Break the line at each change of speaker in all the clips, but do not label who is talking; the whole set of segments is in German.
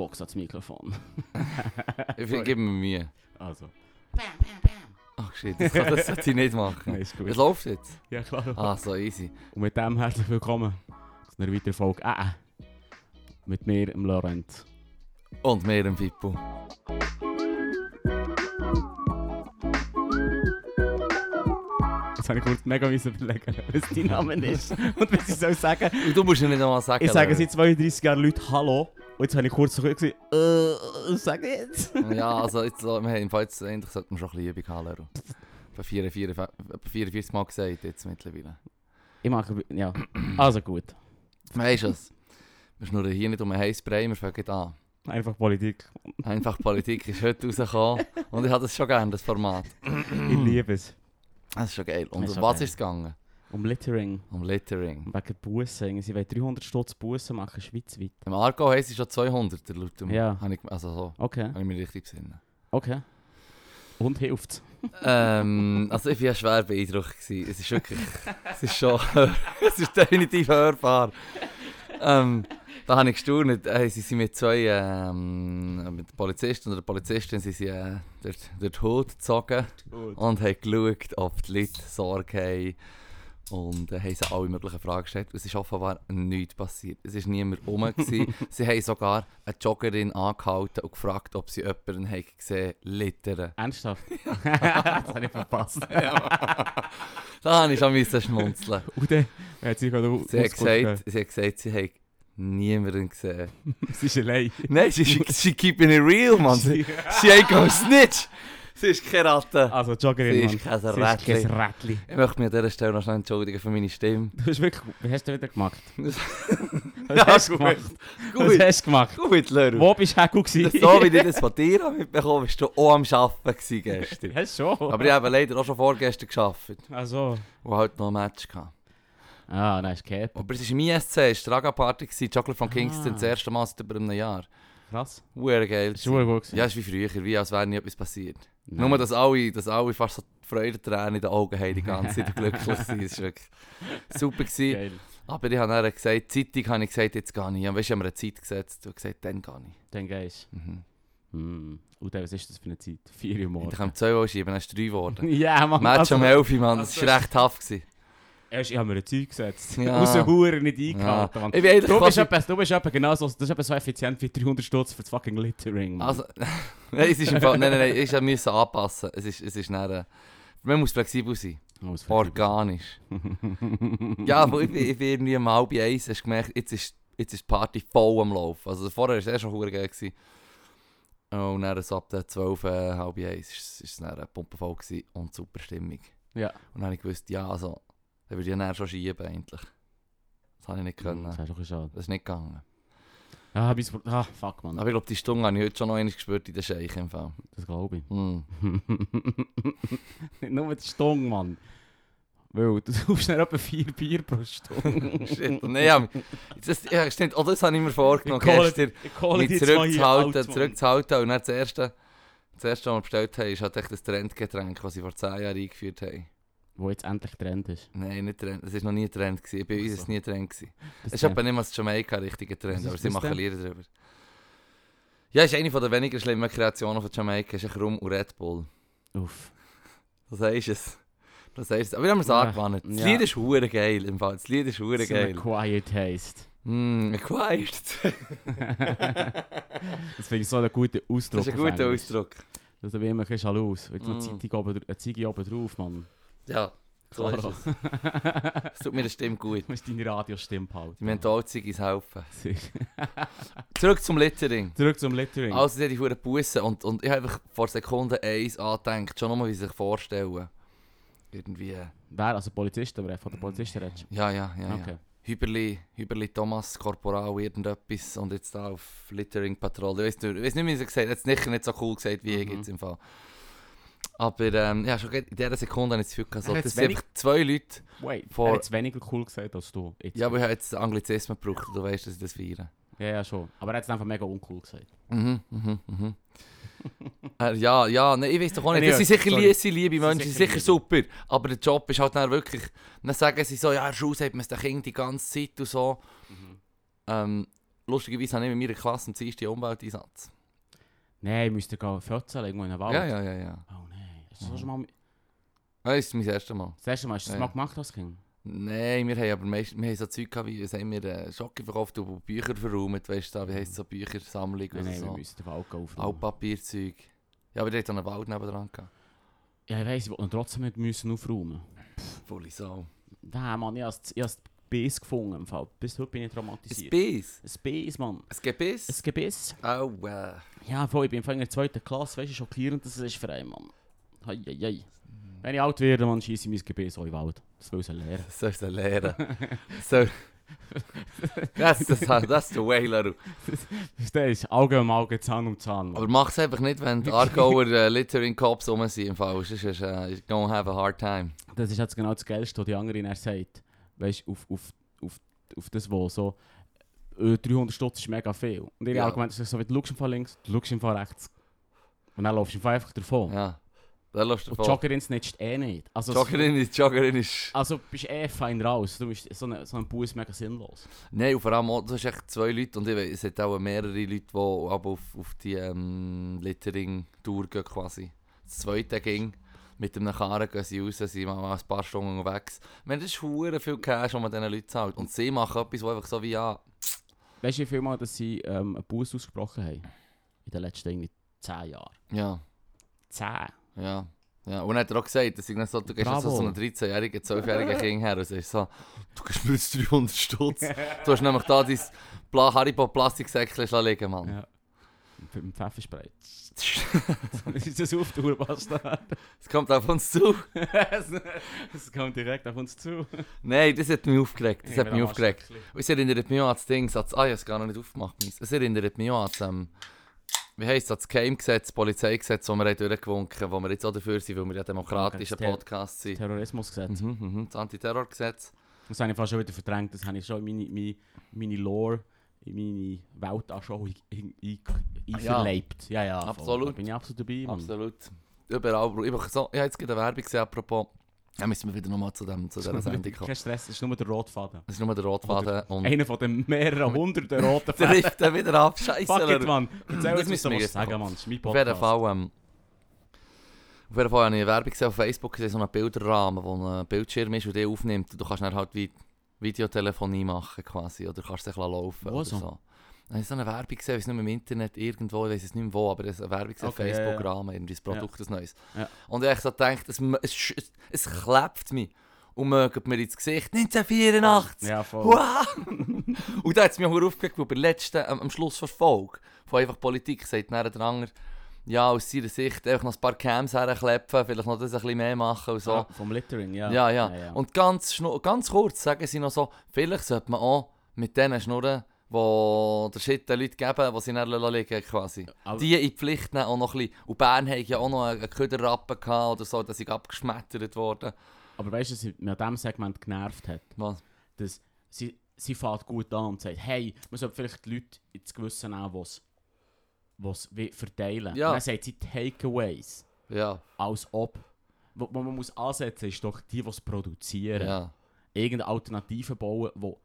Box ans Mikrofon.
Ich will- gib mir Mühe.
Also.
Ach Oh, shit, das, kann, das sollte ich nicht machen.
Nein, ist
Es
gut.
läuft jetzt.
Ja, klar.
Ah, so easy.
Und mit dem herzlich willkommen zu einer weiteren Folge. Äh, äh. Mit mir, dem Laurent.
Und mehr im Fippo.
Jetzt habe ich kurz mega müssen überlegen, was dein Name ist. äh. Und was ich soll sagen.
Und du musst ja nicht einmal sagen.
Ich sage
Leute.
seit 32 Jahren Leute Hallo. Und jetzt habe ich kurz so gesehen, äh, sag jetzt.
Ja, also jetzt, so, wir haben im Fall jetzt endlich sollten wir schon ein bisschen Übung haben. Lero. Etwa 44 etwa 44 Mal gesagt jetzt mittlerweile.
Ich mache, ja. Also gut.
Weißt du es? Wir schnurren hier nicht um einen heißen Brei, wir fangen an.
Einfach Politik.
Einfach Politik ist heute rausgekommen und ich hatte es schon gerne, das Format.
Ich liebe es.
Das ist schon geil. Und
Das ist schon
um was
geil.
ist es gegangen?
Um Littering.
Um Littering.
Wegen Bussen. Sie wollen 300 Stutz Bussen machen, schweizweit.
Im Argo heisst es schon 200, der Lutum.
Ja.
Habe ich, also so,
Okay,
habe ich mich richtig gesehen.
okay. Und hilft's.
ähm, also ich war schwer beeindruckt. Gewesen. Es ist wirklich, es ist schon, es ist definitiv hörbar. Ähm, da habe ich gestaunt. Äh, sie sind mit zwei ähm, mit Polizisten oder Polizistin sind sie, äh, durch, durch die Hut gezogen. Und haben geschaut, ob die Leute Sorge haben. Und äh, haben sie alle möglichen Fragen gestellt. Es ist offenbar nichts passiert. Es war niemand rum. gewesen. sie haben sogar eine Joggerin angehalten und gefragt, ob sie jemanden haben gesehen littern.
Ernsthaft? das habe ich verpasst.
Da musste ich schon müssen schmunzeln.
Und dann hat sie gerade
Sie hat,
ausgeguckt.
gesagt, sie hat gesagt, sie hat niemanden gesehen.
Sie ist allein.
Nein, sie, sie, sie keeping it real, man. Sie, sie hat keinen Snitch. Sie ist keine Ratte.
Also
Sie
Joggerin,
ist
Mann.
kein
Sie ist
Rädchen.
kein Rädchen.
Ich möchte mich an dieser Stelle noch schnell entschuldigen für meine Stimme.
Du hast wirklich... Was hast du wieder gemacht?
Das-
Was hast du
Ja,
gemacht? Was
Gut,
hast du gemacht?
gut, Leru.
Wo bist du hergekommen?
Das- So wie ich das von dir habe mitbekommen bist du auch am Arbeiten gewesen gestern.
Hast du schon?
Aber ich habe leider auch schon vorgestern gearbeitet
Also...
und halt noch ein Match gehabt.
Ah, nein, ist gehabt.
Aber es war im ISC, es war die Party, Chocolate von Kingston,
Ah.
das erste Mal seit über einem Jahr.
Krass.
Huere geil.
Ist schon gut gewesen.
Ja, es ist wie früher, wie als wäre nie etwas passiert. Nur, dass alle, dass alle fast so die Freudentränen in den Augen haben, die ganze Zeit und glücklich sind. Es war wirklich super. Gewesen.
Geil.
Aber ich habe dann gesagt, die Zeitung habe ich gesagt, jetzt gehe ich. Weißt du, ich habe mir eine Zeit gesetzt und gesagt, dann gehe ich.
Dann gehst
Mhm.
du. Hm. Und dann, was ist das für eine Zeit? 4 Uhr
Ich
morgens.
habe um zwei Uhr schieben, dann ist es drei geworden.
Ja, Mann.
Match
also-
um 11 Uhr, Mann, das
also-
war recht tough. Gewesen.
Erst, ich habe mir ein Zeug gesetzt.
Ja.
Aus der Hure nicht
Ja.
eingehalten. Mann.
Ich bin eigentlich
Du bist,
quasi-
etwa, du bist etwa genauso, das ist etwa so effizient wie 300 Stutz für das fucking Littering. Mann.
Also, nein, es ist im Fall, nein, nein, nein, ich hab müssen anpassen. Es ist, es ist dann, äh, man muss flexibel sein,
Oh, das verstehe
organisch. ja, aber ich, bin- ich bin irgendwie um halb eins, hast du gemerkt, jetzt ist, jetzt ist die Party voll am Laufen. Also vorher war es eh schon verdammt geil. gewesen. Und dann so ab der 12, äh, halb eins, ist, ist es dann äh, pumpenvoll gewesen und super Stimmung.
ich. Ja.
Und dann habe ich gewusst, ja, also, dann würde ich dann schon schieben eigentlich. Das habe ich nicht können.
Das
Das
ist doch schade.
ist nicht gegangen.
Ah, bis, ah fuck, Mann.
Aber ich glaube, die Stunde habe ich heute schon noch einmal gespürt in der Scheich im Fall.
Das glaube ich.
Hm.
Nicht nur die Stunde, Mann. Weil du suchst nicht etwa 4 Bier pro Stunde.
Shit, nee, ja, das, ja, stimmt, auch das habe ich mir vorgenommen
Ich hole-
gestern,
Ich hole
mich
dich jetzt mal hier alt,
zurückzuhalten,
Mann.
zurückzuhalten und dann das erste, das erste, was wir bestellt haben, ist halt echt das Trendgetränk, das sie vor 10 Jahren eingeführt haben.
Wo jetzt endlich Trend ist.
Nein, nicht Trend, es war noch nie ein Trend, gewesen. bei uns ist es
so.
nie ein Trend. Gewesen.
Das
Es ist aber nicht mal das Jamaica richtige
Was
Trend,
ist
aber sie
das
machen
denn?
Lieder darüber. Ja, ist eine der weniger schlimmen Kreationen von Jamaica, ist ein Rum und Red Bull.
Uff.
Das ist es. Das ist es. Aber wir haben es
Ja.
angewandt. Das
Ja.
Lied ist hure geil, im Fall. Das Lied ist hure
So eine
geil.
Quiet Taste.
Hm, acquired.
das finde ich so einen guten Ausdruck.
Das ist ein
auf
guter
Englisch.
Ausdruck.
Das ist immer ein bisschen aus. Jetzt noch
Mm.
eine Zeitung oben, eine Ziege oben drauf, Mann.
Ja, so ist
Klar.
es. Es tut mir der Stimme gut.
Du musst deine Radiostimme behalten.
Die Mentalzeugs helfen.
Sicher.
Zurück zum Littering.
Zurück zum Littering.
Also, sie haben die Huren Bussen und, und ich habe einfach vor Sekunden eins angedenkt, schon nur, wie sie sich vorstellen. Irgendwie.
Wer? Also Polizist, aber von der Polizisten redest
Ja, ja, ja.
du?
ja.
Okay.
Hüberli, Hüberli Thomas, Korporal, irgendetwas und jetzt da auf Littering Patrol. Ich weiß nicht, ich weiss nicht, wie sie es gesagt hat. Jetzt sicher nicht so cool gesagt, wie ich
Mhm.
jetzt im Fall. Aber ähm, ja, schon in dieser Sekunde habe ich das Gefühl, gehabt, so,
Er hat
das
zu
sind
wenig-
einfach zwei Leute.
Wait,
Vor-
er hat es weniger cool gesagt als du. Jetzt.
Ja, aber ich habe jetzt Anglizismen gebraucht und du weißt, dass ich das feiere.
ja, ja, schon. Aber er hat es einfach mega uncool gesagt.
Mhm, mhm, mhm. äh, ja, ja, nee, ich weiß doch auch nicht.
Nee,
das sind sicher
sorry.
lie- sind liebe
sind
Menschen, sind
sicher
sicher super. Aber der Job ist halt dann wirklich. Mhm. Dann sagen sie so, ja, in der Schule sagt man es den Kindern die ganze Zeit und so. Ähm, lustigerweise habe ich mit meiner Klasse am Dienstag Umwelteinsatz.
Nein, ich müsste gehen 14 irgendwo in den Wald.
Ja, ja, ja, ja.
Oh nein. Hast du das schon mal...
Ja, Das ist mein erstes Mal.
Das erste Mal hast du das
Ja.
mal gemacht als Kind?
Nein, wir haben aber meist, wir haben so Zeug gehabt, wie was haben wir äh, Schocke verkauft und Bücher verräumt, weißt du, wie heisst so Büchersammlung
Nein,
oder
nein, wir
so.
müssen den Wald gehen aufräumen.
Altpapierzeug. Ja, aber der hat auch einen Wald nebendran gehabt.
Ja, ich weiss, ich wollte ihn trotzdem nicht müssen aufräumen.
Volle Sau.
Nein, Mann, ich habe das- ich habe das Biss gefunden im Fall. Bis heute bin ich
Ein
traumatisiert.
Biss.
Ein Biss, Mann.
Ein Gebiss.
Ein Gebiss.
Aua.
Ja, voll, ich bin im Fall in der zweiten Klasse, weißt du, schockierend, dass es ist für einen Mann. Hei, hei, hei. Wenn ich alt werde, Mann, schieße ich mein Gebet in den Wald. Das will ich lehren.
Das sollst du lernen. so. das, das, das ist der Way, Leru.
Das ist Auge um Auge, Zahn um Zahn, Mann.
Aber mach's einfach nicht, wenn die Aargauer äh, Littering Cops rum sind im Fall. Sonst ist, äh, you don't have a hard time.
Das ist jetzt genau das Geilste, was die andere dann sagt. Weißt du, auf, auf, auf, auf das, wo so äh, 300 Stutz ist mega viel. Und ihre
Ja.
Argumente sind so, wie, du schaust im Fall links, du schaust im Fall rechts. Und dann laufst du im Fall einfach davon.
Ja. Da lässt du
Und die
voll.
Joggerin snitcht eh nicht. Also,
Joggerin ist, Joggerin ist...
also bist eh fein raus. Du bist so ein so ein Bus mega sinnlos.
Nein, und vor allem, auch, du hast echt zwei Leute und ich weiss, es hat auch mehrere Leute, die aber auf, auf die ähm, Littering-Tour gehen quasi. Das zweite ging, mit einem Karren gehen sie raus, sie waren mal ein paar Stunden unterwegs. Man, das ist hure viel Cash, was man diesen Leuten zahlt. Und sie machen etwas, wo einfach so wie, ja,
Weißt du, wie viel Mal dass sie ähm, einen Bus ausgesprochen haben? In den letzten irgendwie 10 Jahren.
ja,
10?
ja. Ja, und er hat er auch gesagt, dass ich dann so, du gehst so
Bravo.
so einem 13-jährigen, 12-jährigen Kind her und sagst so, du gibst mir jetzt 300 Stutz. du hast nämlich da dein Pla- Haribo-Plastiksäckchen lassen liegen, Mann.
Ja. Mit dem Pfefferspray. das ist das auf der Urbastard.
Es kommt auf uns zu.
Es kommt direkt auf uns zu.
Nein, das hat mich aufgeregt. Das
Hey,
hat mich
wir haben
aufgeregt.
Arschlöchli.
Und Es erinnert mich auch an das Ding, an das, ah, ich habe es gar noch nicht aufgemacht. meins. Es erinnert mich auch an das, ähm, wie heisst das, das Geheimgesetz, das Polizeigesetz, das wir haben durchgewunken haben, wo wir jetzt auch dafür sind, weil wir ja demokratischer
Okay, das Ter-
Podcast sind.
Terrorismusgesetz.
Mhm, mhm, das Antiterrorgesetz.
Das habe ich fast schon wieder verdrängt. Das habe ich schon in meine, meine, meine Lore, in meine Weltanschauung in- in- in-
Ja.
einverleibt. Ja, ja. voll.
Absolut.
Da bin ich absolut dabei. Mann.
Absolut. Überall. Bro. Ich habe so, ich habe jetzt gerade eine Werbung gesehen, apropos. Dann müssen wir wieder nochmal zu, dem, zu dieser Sendung kommen.
Kein Stress, es ist nur der Rotfaden.
Das ist nur der Rotfaden und
Einer von den mehreren hunderten roten
der
Fäden.
trifft dann wieder ab. Scheiße.
Fuck it,
Leute.
Mann. Erzähl
Das
uns, was
müssen
du
wir
musst
jetzt
sagen,
machen.
Mann. Das ist mein
Auf jeden
Podcast.
Fall, ähm, auf jeden Fall habe ich eine Werbung gesehen auf Facebook, gesehen, so einen Bilderrahmen, wo ein Bildschirm ist und der aufnimmt. Und du kannst dann halt wie Videotelefonie machen quasi oder kannst dich laufen
Wo
oder
so?
so. Dann habe ich so eine Werbung gesehen, ich weiss nicht mehr, im Internet irgendwo, ich weiß es nicht mehr wo, aber das- eine Werbung gesehen, auf
Okay, ja,
Facebook, Rahmen, irgendwie das Produkt, das Neues.
Ja.
Und ich habe so gedacht, es, m- es, sch- es, es klebt mich und mögt mir ins Gesicht, 1984!
Ja, voll.
Wow! und da hat es mich auch aufgeregt, weil bei der letzten, am, am Schluss der Folge von einfach Politik sagt dann der andere, ja, aus seiner Sicht einfach noch ein paar Cams herklepfen, vielleicht noch das ein bisschen mehr machen und so.
Ah, vom Littering, ja.
ja, ja, Und ganz, schnu- ganz kurz sagen sie noch so, vielleicht sollte man auch mit denen schnurren, die der Shit den Leuten geben, die sie dann lassen liegen quasi.
Aber-
die in die Pflicht nehmen auch noch ein bisschen. Und Bern hatte ja auch noch einen Köderrappen gehabt oder so, dass ich abgeschmettert worden.
Aber weißt du, was mich an diesem Segment genervt hat?
Was?
Dass sie, sie fährt gut an und sagt, hey, man sollte vielleicht die Leute ins Gewissen nehmen, was was verteilen.
Ja.
Und dann sagt sie Takeaways.
Ja,
Als ob. Wo, wo man muss ansetzen, ist doch die, die es produzieren.
ja.
Irgendeine Alternative bauen, wo,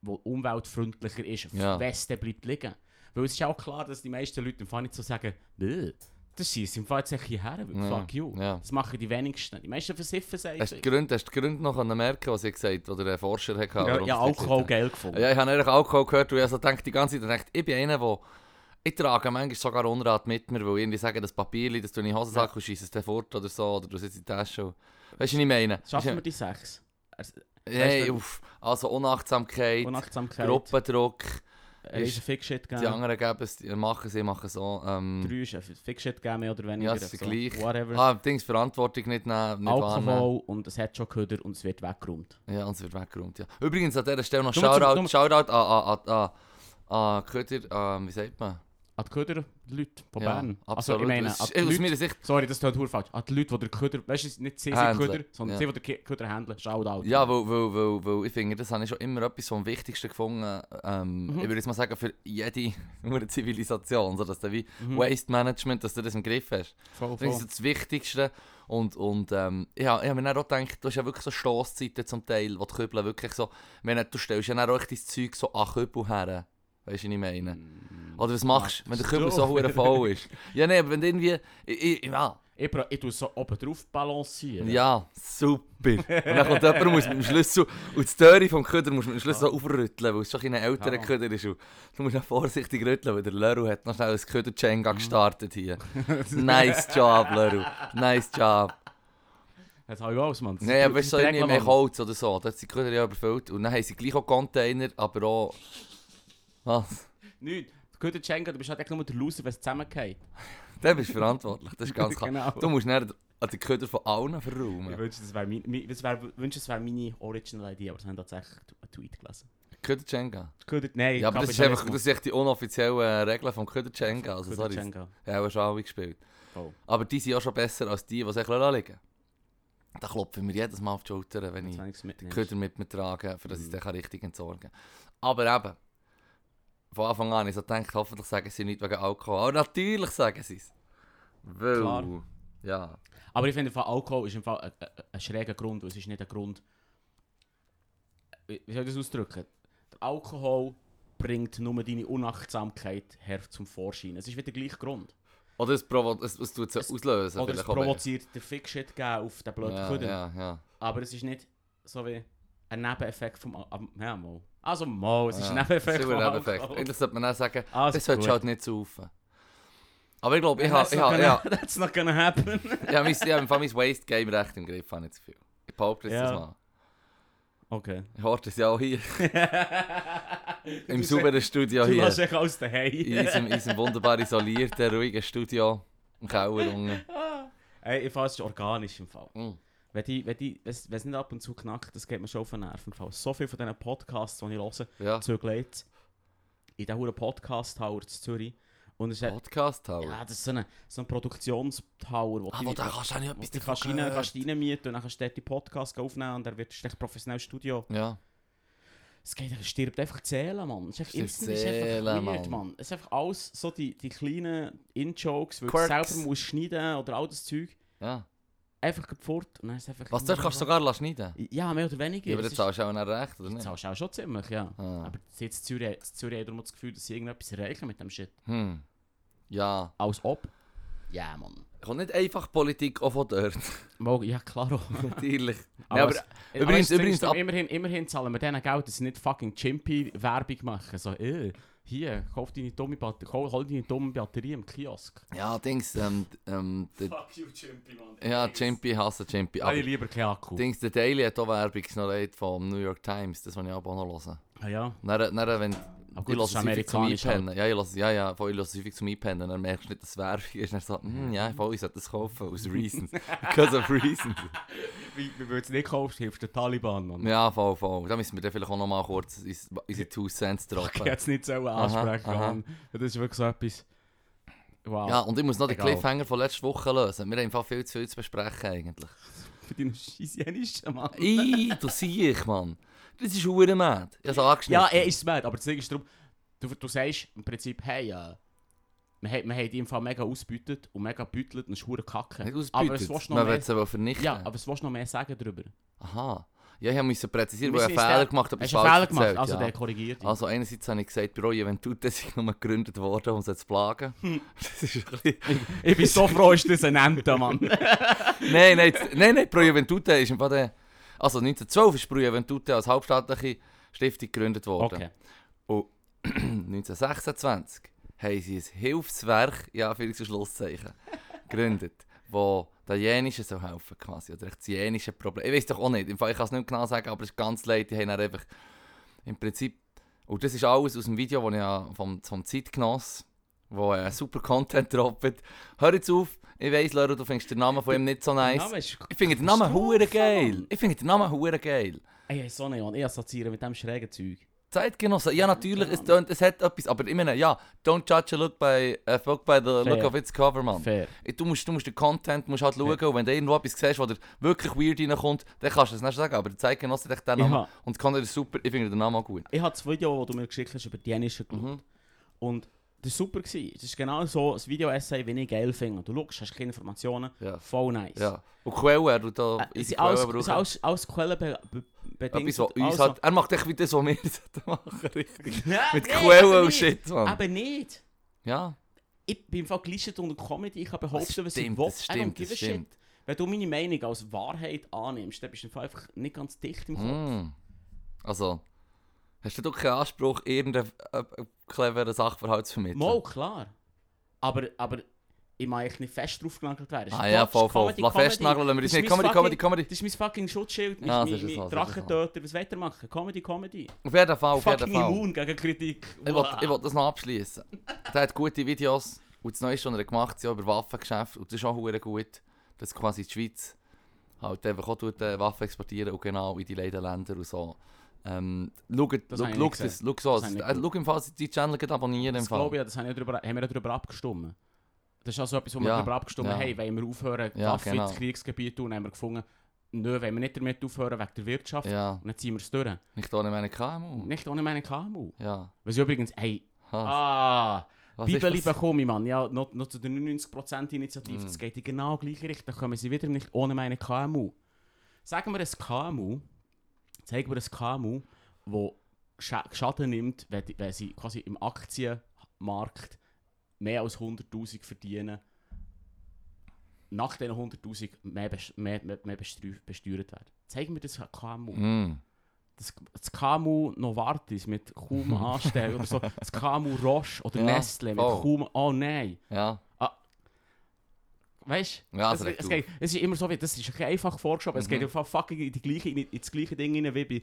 wo umweltfreundlicher ist.
Ja.
Ja. Westen bleibt liegen. Weil es ist auch klar, dass die meisten Leute im Fall nicht so sagen, «Bäh, das schießt im Fall jetzt echt hierher, weil
Ja.
fuck you.
Ja.
Das machen die wenigsten. Die meisten versiffen es
Hast du
einfach.
die Gründe, hast du die Gründe noch können merken, was ich gesagt habe, oder der Forscher hatte?
Ja,
warum
ja
sie das
Alkohol
gesagt
geil gefunden.
haben? Ja, ich habe eigentlich Alkohol gehört und ich so gedacht, die ganze Zeit dachte, ich bin einer, der... Ich trage manchmal sogar Unrat mit mir, weil ich irgendwie sage, das Papier, das du in die Hosensack und schieße es dann fort oder so, oder du sitzt in die Tasche. und- Weißt du, was ich meine?
Schaffen wir die sechs?
Hey,
Weißt du-
uff. Also Unachtsamkeit,
Unachtsamkeit.
Gruppendruck,
Er ist ein Fickshit
die
gegeben.
anderen geben es, machen sie, machen so. Ähm,
Drei ist ein Fickshit gegeben, mehr oder
ja,
weniger.
es ist
So,
gleich.
Whatever.
Ah, Dings, Verantwortung nicht nehmen, nicht wahrnehmen.
Alkohol und es hat schon Köder und es wird weggeräumt.
Ja, und es wird weggeräumt, ja. Übrigens an dieser Stelle noch
Nur mal zum-
Shoutout,
nur mal-
Shoutout an, an, an, an, an Köder, ähm, wie sagt man?
An die Köder-Leute von
ja,
Bern. Also, ich
Absolut.
meine,
Es
an
ist-
die
aus
Leute,
meiner Sicht,
sorry, nou das tut falsch. An die Leute, die der Köder, weißt du, nicht sie sind
Handeln,
Köder, sondern
ja.
sie, die der Köder handeln. Shoutout.
ja, weil, weil, weil, weil ich finde, das habe ich schon immer etwas vom Wichtigsten gefunden. Ähm,
Mhm.
Ich würde jetzt mal sagen, für jede nur Zivilisation, so dass du wie
Mhm.
Waste Management, dass du das im Griff hast.
voll,
Ich finde,
voll.
Das ist das Wichtigste. Und, und ähm, ich habe ich habe mir dann auch gedacht, du hast ja wirklich so Stoßzeiten zum Teil, wo die Kübel wirklich so, ich meine, du stellst ja dann auch echt dein Zeug so an Kübel her. Weißt du, was ich meine?
Mm.
Oder was machst du, wenn der
das
Kübel so
doch.
hure voll ist? Ja, nee, aber wenn du irgendwie. Ich, ich, ja,
Ich, bra- ich tue es so oben drauf balancieren.
ja, super. Und dann kommt jemand und muss mit dem Schlüssel. Und das Töri vom Köder muss mit dem Schlüssel so aufrütteln, weil es schon ein bisschen älterer
Ja.
Köder ist. Und du musst noch vorsichtig rütteln, weil der Leru hat noch schnell ein Köder-Chenga gestartet hier. nice job, Leru. Nice job.
Das habe ich alles, Mann.
Nee, aber weißt du, so
Das
irgendwie
Regeln,
mehr
Mann.
Holz oder so. Da hat sie die Köder ja überfüllt. Und dann haben sie gleich auch Container, aber auch. Was?
Nicht. Du könntest schenken, du bist halt echt nur der Loser, wenn es zusammengeht.
Der bist du verantwortlich, das ist ganz klar.
Genau.
Du musst nicht an den Köder von allen verräumen.
Ich wünschte, das wäre mein, mein, das wär, wünschte, das wär meine Original-Idee, aber das haben tatsächlich einen Tweet gelesen.
Köder Cenga.
Könntet, nein,
Ja, aber das ist einfach das ist echt die eh, inoffizielle Regel vom Köderchenga. Also, sorry, das
Sorry.
haben wir schon alle gespielt.
Voll.
Aber die sind ja schon besser als die, die sich lassen liegen. Da klopfen wir jedes Mal auf die Schulter, wenn ich den Köder mit mir trage, für dass ich
Mhm.
den kann richtig entsorgen kann. Aber eben, von Anfang an, ich so gedacht, hoffentlich sagen sie nicht wegen Oh, Alkohol. Aber natürlich sagen sie es. Weil,
Klar.
ja.
Aber ich finde, im Fall Alkohol ist im Fall ein, ein, ein schräger Grund. weil Es ist nicht ein Grund. Wie wie soll ich das ausdrücken? Der Alkohol bringt nur deine Unachtsamkeit her zum Vorschein. Es ist wieder der gleiche Grund.
Oder es, provo es, es tut es
Es-
auslösen.
Oder es
vielleicht auch wegen-
provoziert den Fick-Shit geben auf den blöden
ja,
Köder.
ja, ja.
Aber es ist nicht so wie ein Nebeneffekt vom. Al- am- Ja, mal. Also, mal, es ist ein
Ja,
Nebeneffekt.
ist
vom
ein Nebeneffekt.
Alkohol.
Eigentlich sollte man dann sagen,
Also,
Das solltest
gut.
du halt nicht saufen. Aber ich glaube, ich
That's
habe ich
not
hab,
gonna-
ja,
That's not gonna happen.
ich hab mein, ich hab im Fall mein Waste Game recht im Griff, habe ich zu viel. Ich behaupte jetzt
Ja.
das mal.
Okay.
Ich horte es ja auch hier, im
Du
sauberen Studio
Du
hier.
lässt echt alles daheim.
In unserem, in unserem wunderbar isolierten, ruhigen Studio. Im Keller unten.
Ey, ich fand es organisch im Fall.
Mm.
Wenn die, wenn die, wenn es wenn es nicht ab und zu knackt, das geht mir schon auf den Nerv im Fall. So viel von diesen Podcasts, die ich höre,
Ja,
zögelt in diesen hohen Podcast Tower in Zürich. Und es ist ja,
Podcast Tower.
ja, das ist so ein, so ein Produktionstower, wo
ah,
die-
wo da kannst du auch nicht etwas
Du
davon
kannst rein,
hören.
kannst reinmieten und dann kannst du dort die Podcasts aufnehmen und dann wird es ein professionelles Studio.
Ja,
Es geht, es stirbt einfach zählen, Mann. Es ist einfach,
Stirbt
instant, es ist einfach weird,
Seele, Mann.
Mann. Es ist einfach alles so die, die kleinen In-Jokes, weil du
Quirks.
selber musst schneiden oder all das Zeug.
ja.
Einfach gerade fort und dann ist es einfach...
Was, dort kannst du sogar lassen schneiden
Ja, mehr oder weniger.
Ja, aber
Es
das
ist-
zahlst du auch nicht recht, oder
Das
nicht?
zahlst du auch schon ziemlich, ja.
Ah.
Aber jetzt Zürich, jetzt Zürich hat darum das Gefühl, dass sie irgendetwas erreichen mit dem Shit.
Hm. Ja.
Als ob. Ja, Mann.
Kommt nicht einfach Politik auch von dort.
Mal- Ja, klar. auch.
Natürlich. Nee,
Aber
aber
es- es-
übrigens-
es-
übrigens,
es-
ab-
immerhin, immerhin zahlen wir denen Geld, dass sie nicht fucking Chimpy-Werbung machen. So, äh, hier, kauf deine dumme Batterie, hol, hol deine dumme Batterie im Kiosk.
Ja, Dings, ähm, d- ähm, der,
Fuck you, Chimpy, Mann.
ja, Chimpy, hasse Chimpy.
Aber
Aber
ich lieber keinen Akku.
Dings, der Daily hat auch Werbung geschnurrt vom New York Times, das muss ich auch noch hören.
Ah, ja.
Dann, dann wenn,
gut,
ich
das ist
lasse es häufig zum
amerikanisch halt.
Einpennen. Ja, ich lasse, ja, ja, voll, ich lasse es häufig zum Einpennen, dann merkst du nicht, dass es Werbung ist, dann so, hm, ja, voll, ich sollte das kaufen, aus Reasons. Because of Reasons.
Wie, wie du es nicht kaufst, hilft der Taliban, Mann.
Ja, voll, voll. Da müssen wir dann vielleicht auch nochmal kurz ins- unsere Two Cents
Ich
droppen.
hätte es nicht so ansprechen
aha.
Mann. Das ist wirklich so etwas... Wow.
Ja, und ich muss noch den
Egal.
Cliffhanger von letzter Woche lösen. Wir haben im Fall viel zu viel zu besprechen eigentlich.
Für deinen scheissienischen Mann.
Ih, du sieh ich, Mann. Das ist hure mad. Ich habe angeschnitten.
Ja, eh, er ist mad, aber das Ding ist darum, du, du sagst im Prinzip, hey, äh, wir haben wir haben dich im Fall mega ausbeutet und mega beutelt und es ist hure kacke.
Nicht ausbeutet.
Aber was willst du noch
Man
mehr,
will es aber vernichten.
ja, aber was willst du noch mehr sagen darüber?
Aha. Ja, ich musste präzisieren,
Wir
weil ich einen
müssen uns
Fehler
der-
gemacht habe.
Hast
ich
du einen
falsch
Fehler gemacht?
erzählt,
also
ja.
der korrigiert dich.
also einerseits habe ich gesagt, Bro, Juventute sind nur gegründet worden, um sie zu plagen. Das ist ein bisschen...
ich bin so froh, ist das ein Ente, Mann.
nein, nein, das- nein, nein, Pro Juventute ist im Fall der... Also 1912 ist Pro Juventute als halbstaatliche Stiftung gegründet worden.
Okay.
1926 haben sie ein Hilfswerk, ja, für Schlusszeichen, gegründet, wo den Jänischen so helfen quasi, oder echt das jänische Problem. Ich weiß doch auch nicht, im Fall, ich kann es nicht genau sagen, aber es ist ganz leid, die haben dann einfach im Prinzip, und das ist alles aus dem Video, das ich ja vom, vom Zeitgenoss, wo äh, super Content droppt. Hör jetzt auf, ich weiss, Leute, du findest den Namen von ihm nicht so
Der
nice.
Name ist...
Ich finde den Namen
Katastrophe,
hure geil.
Mann.
Ich finde den Namen hure geil.
Ey, so nicht, Mann. Ich assoziiere mit diesem schrägen Zeug.
Zeitgenossen, ja natürlich, es, tönt, es hat etwas, aber ich meine, ja, don't judge a look by, a book by the look
Fair.
of its cover, man.
Fair.
Du musst, du musst den Content musst halt schauen und wenn du irgendwo etwas siehst, wo dir wirklich weird reinkommt, dann kannst du es nicht sagen, aber der Zeitgenosse hat echt den
Ich
Namen
ha-
und kann dir super, ich finde den Namen auch gut.
Ich habe das Video, das du mir geschickt hast, über die Jänischen geschaut.
Mhm.
Und das war super. gewesen. Das ist genau so ein Video-Essay, wie ich geil finde. Du schaust, hast keine Informationen.
Ja.
Voll nice.
Ja. Und Quelle, du da,
Äh, Es
easy
sind alles,
Quellen
es sind
brauchen.
alles, alles Quellen be- be-
Etwas,
bedingt.
was uns
also-
hat. Er macht echt wieder so mehr, das machen, richtig.
Ja,
Mit
nee,
Quellen
eben
und
nicht.
Shit, Mann.
Eben nicht.
Ja,
Ich bin im Fall gelistet unter Comedy, ich kann behaupten, was
stimmt,
ich will.
das
I don't
stimmt,
give
das
a
stimmt.
Shit. Wenn du meine Meinung als Wahrheit annimmst, dann bist du im Fall einfach nicht ganz dicht im Kopf.
mm. Also, hast du doch keinen Anspruch, irgendeinen äh, äh, cleveren Sachverhalt zu vermitteln?
Mal, klar. Aber, aber ich mag echt nicht fest draufgenagelt werden.
Ah ja, voll, voll. Lass festnageln, lassen wir
Das
uns
ist
nicht.
mein
Comedy, Comedy,
fucking-
Comedy.
Das ist mein fucking Schutzschild, mein,
Ja, Ah, das
mein,
ist es
mein
so, das ist es so.
Drachentöter. Was wollt ihr machen? Comedy, Comedy.
Auf jeden Fall, auf jeden
fucking
Fall.
immun gegen Kritik.
Ich will,
Wow.
ich will das noch abschließen. Der hat gute Videos und das Neueste, was er gemacht hat, über Waffengeschäfte. Und das ist auch hure gut, dass quasi die Schweiz halt einfach auch tut, äh, Waffen exportieren und genau in die leiden Länder und so. Ähm,
Das
schau, schau,
habe ich
schau
nicht
das, schau so.
Das
Das
habe ich nicht
äh, schau im Fall, die Channel gleich abonnieren im
Das
Fall.
glaube ich, ja, das haben wir, darüber, haben wir ja darüber abgestimmt. Das ist also etwas, wo wir
Ja,
darüber abgestimmt haben,
ja.
hey, wollen wir aufhören,
Ja,
Waffen
genau.
ins Kriegsgebiet tun, haben wir gefunden, nö, wollen wir nicht damit aufhören, wegen der Wirtschaft.
Ja,
Und dann ziehen wir es durch.
nicht ohne meine KMU.
Nicht ohne meine KMU.
Ja.
Was ich übrigens, hey,
Ha,
ah,
was ist
Bibeli
das? Mhm.
bekomme ich, Mann. Ja, noch, noch zu den 99% Initiative, das geht in genau gleiche Richtung, dann kommen sie wieder nicht ohne meine KMU. Sagen wir ein KMU, zeigen wir ein KMU, wo Scha- Schaden nimmt, wenn, die- wenn sie quasi im Aktienmarkt mehr als 100'000 verdienen, nach diesen 100'000 mehr, best- mehr, mehr, mehr besteu- besteuert werden. Zeigen wir das KMU
Mm.
das, das KMU Novartis mit kaum Anstellen oder so, das KMU Roche oder
Ja,
Nestle mit
voll.
kaum, oh nein.
Ja,
Weißt Also du, Mhm.
Ja,
es,
das regt
es, geht- es ist immer so, wie, das ist ein bisschen einfach vorgeschoben. Es geht im Fall fucking in, die gleiche, in, in das gleiche Ding rein wie bei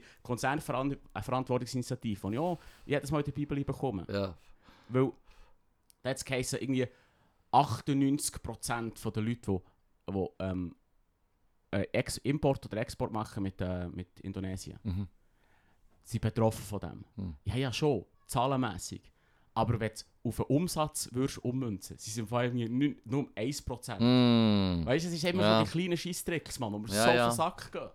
Konzernverantwortungsinitiative. Und ja, ich hätte das mal in der Bibel bekommen.
ja.
Weil, das heisst irgendwie 98% von der Leute, die, die ähm, äh, Ex Import oder Export machen mit, äh, mit Indonesien,
Mhm.
sind betroffen von dem.
Hm.
Ja, ja, schon, zahlenmässig. Aber wenn du es auf den Umsatz würdest ummünzen sie sind vor allem nur nur 1%.
Mm.
Weißt du, es ist immer
Ja.
so die kleinen Scheiss-Tricks, Mann, um
Ja,
so
ja.
auf den Sack gehen.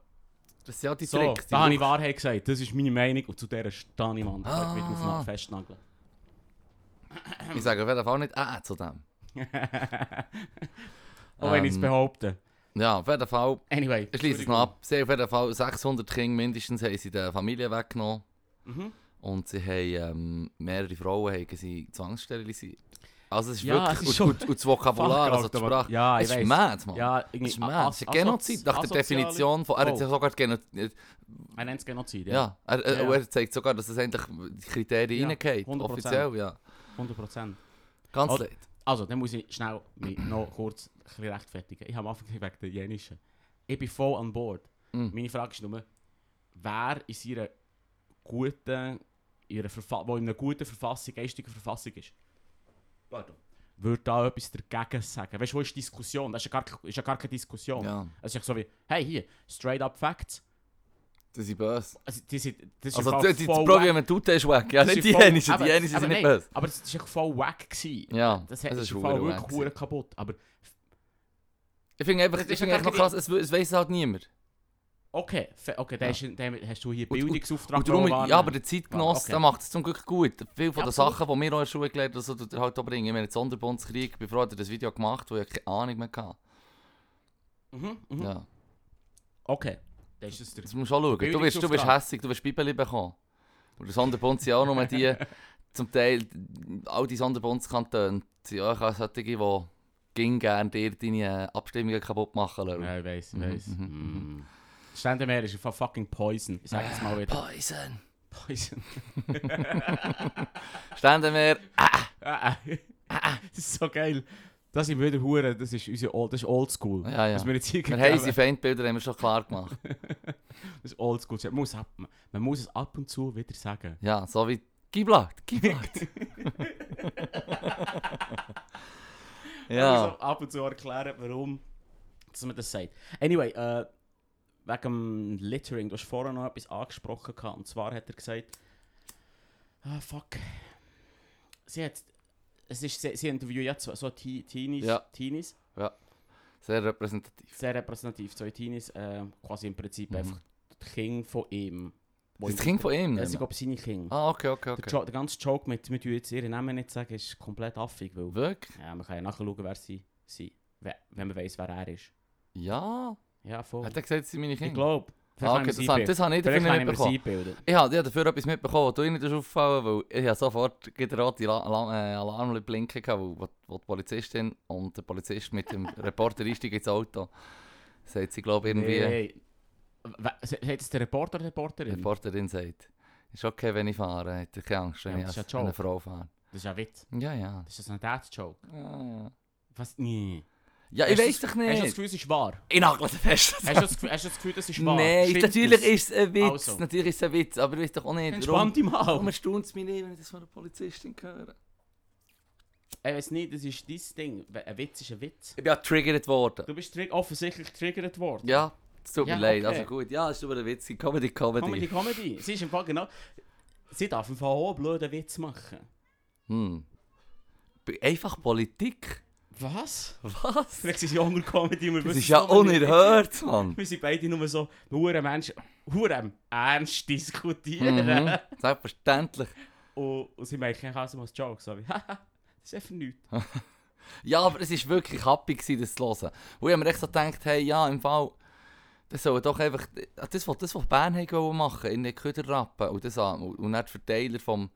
Das sind ja die
So,
Tricks. die
da habe ich
Lux-
Wahrheit gesagt, das ist meine Meinung und zu der stehe ich, Mann. Da kann ich wieder
Ah.
auf Nacht festnageln.
ich sage auf jeden Fall nicht äh zu dem.
Auch wenn ich es
Ähm.
behaupte.
Ja, oh, auf jeden Fall.
Anyway.
Ich schließe es noch ab. Sie haben auf jeden Fall 600 Kinder mindestens haben sie der Familie weggenommen.
Mhm.
Und sie haben ähm, mehrere Frauen haben sie zwangssterilisiert. Also es ist
Ja,
wirklich...
es ist
und, und, und das Vokabular, also
Fachkraft,
die
aber-
Sprache.
Ja, ich
es ist
weiss.
mad, Mann.
Ja,
es ist
irgendwie
mad. Es ist Genozid. Nach der Definition
oh.
von... Er hat ja sogar die Genozid...
Man nennt es Genozid,
Ja.
ja.
Er, er,
Ja, ja.
er zeigt sogar, dass es eigentlich die Kriterien
Ja,
reingeht.
100%.
Offiziell, ja.
100%.
Ganz
Oh,
leid.
Also, dann muss ich schnell mich noch kurz ein bisschen rechtfertigen. Ich habe am Anfang gesagt, wegen der Jenischen. Ich bin voll an Bord.
Mm.
Meine Frage ist nur, wer in ihrer guten, ihrer Verfa wo in einer guten Verfassung, geistigen Verfassung ist, Pardon. würde da etwas dagegen sagen? Weißt du, wo ist die Diskussion? Das ist ja gar, ist ja gar keine Diskussion.
Ja.
Es ist ja so wie, hey, hier, straight up Facts.
Das ist böse.
Also, die sind, das ist
Also
im Fall
die, die, die
voll wack.
Probleme tut ist weg. Ja,
Das
nicht
ist
die
voll-
Jenischen. Die
aber-
Jenischen
aber
sind nicht
nein,
böse.
Aber es war voll wack. Gewesen.
Ja,
Das, hat-
das
ist
ist
im Fall
verdammt
wirklich
wack
hure kaputt. Aber
Ich finde einfach, ich
Das ist
finde
ja
einfach noch
gar
krass, es, we- es weiss halt niemand.
okay, fe- okay, da
Ja.
ist, da hast du hier
Und- und-
Bildungsauftrag.
Und darum,
wollen
ja, aber
wahrnehmen.
der Zeitgenosse
Okay.
der macht es zum Glück gut. Viele von
Ja,
den
absolut.
Sachen, die wir auch in der Schule gelernt haben, also, tut er halt auch bringen. Ich meine, Sonderbundskrieg, bevor hat er das Video gemacht, wo ich keine Ahnung mehr hatte.
Mhm, mhm.
Ja.
Okay, das ist es der.
Das musst du auch schauen. Du wirst, du wirst
Bildungsauftrag.
hässig, du wirst Bibeli bekommen. Und der Sonderbund sind auch nur die, zum Teil, all die Sonderbundskantone sind auch solche, die ging gerne dir deine äh, Abstimmungen kaputt machen lassen.
Ja, ich weiß, ich
Mhm,
weiß.
mhm,
Mhm. Ständemeer ist einfach fucking Poison. Ich sag es mal wieder.
Poison!
Poison.
Stände wir,
Ah, ah. das ist so geil. Das sind wieder Hure, das ist unsere Old, das ist Oldschool.
Ja, ja.
Was wir jetzt hier
wir haben
gegeben
unsere Feindbilder haben wir schon klar gemacht.
Das ist Oldschool. Man muss, ab, man muss es ab und zu wieder sagen.
Ja, so wie Giblatt, Giblatt.
Man muss
ja,
auch ab und zu erklären, warum dass man das sagt. Anyway, äh, wegen dem Littering, du hast vorher noch etwas angesprochen. Gehabt, und zwar hat er gesagt, ah fuck, sie hat, es ist, sie, sie interviewt ja so, so Te- Teenies,
Ja.
Teenies,
sehr repräsentativ.
sehr repräsentativ, zwei Teenies, äh, quasi im Prinzip
Mhm.
einfach das Kind von ihm.
Das ist das Kind von ihm,
Es
nicht
sind
mehr?
glaube ich seine Kinder.
Ah, okay, okay,
Der,
okay.
jo der ganze Joke mit, wir dürfen jetzt ihren Namen nicht sagen, ist komplett affig, weil
Wirklich?
ja, man kann ja nachschauen, wer sie sind, wenn man weiß, wer er ist.
Ja.
Ja, voll.
Hat er gesagt, sie sind
Oh.
meine
Ich
Kinder?
glaube, Vielleicht
Ah,
habe ich
okay,
mir's
das,
eingebildet.
das habe ich
Vielleicht habe
dafür nicht
ich mir das
bekommen.
eingebildet.
Ich habe ja, dafür etwas mitbekommen, was du nicht auffallen weil ich habe sofort gleich rote La La äh, Alarmlicht blinken gehabt, wo, wo wo die Polizistin und der Polizist mit dem Reporter einsteigen ins Auto. Sagt sie, glaube ich, irgendwie,
Hey. Wa- se- Hat es der Reporter oder die
die
Reporterin?
Reporterin sagt, ist okay, wenn ich fahre, habt ihr keine Angst,
Ja,
wenn ich
das ist
als
ja ein
eine
Joke.
Frau fahre.
Das ist Dus ja ein Witz.
Ja, ja.
Das ist ein Dad-Joke.
Ja, ja.
Was? Nee.
ja ich
Hast
weiß
du das-
doch
Hast du das
nicht.
Gefühl, es ist wahr?
Ich nagel den fest.
Hast du das Gefühl, hast du das Gefühl das ist wahr?
Nein,
Stimmt
natürlich
es?
ist es ein Witz.
Also.
Natürlich ist es ein Witz, aber ich weiß doch auch nicht.
Entspann dich mal.
Warum erstaunt es mich nicht, wenn ich das von einer Polizistin höre?
Ich weiß nicht, das ist dein dus Ding. We- Ein Witz ist ein Witz.
Ich bin ja getriggert worden.
Du bist trig offensichtlich getriggert worden.
Ja, es tut mir
Ja,
leid.
okay.
Also gut, ja, es ist aber ein Witz. Comedy, Comedy.
Comedy, Comedy. Sie ist im Fall genau... Sie darf im Fall auch einen blöden Witz machen.
Hm. Bei- Einfach Politik.
Was?
Was?
Vielleicht sind sie unter Comedy und wir
Das
wissen
ist
es
ja oh
aber nicht.
unerhört, Mann.
Wir sind beide nur so hure Menschen, hure ernst diskutieren.
Mhm. Selbstverständlich.
Und, und sie merken auch so als Joke, so wie, haha, das ist einfach nichts.
Ja, aber es war wirklich happy, gewesen, das zu hören. Wo ich mir echt so gedacht hey, ja, im Fall, das soll doch einfach, ah, das, was, das, was Bern haben wollen machen in den Köderrappen und, das, an- und nicht die Verteiler vom,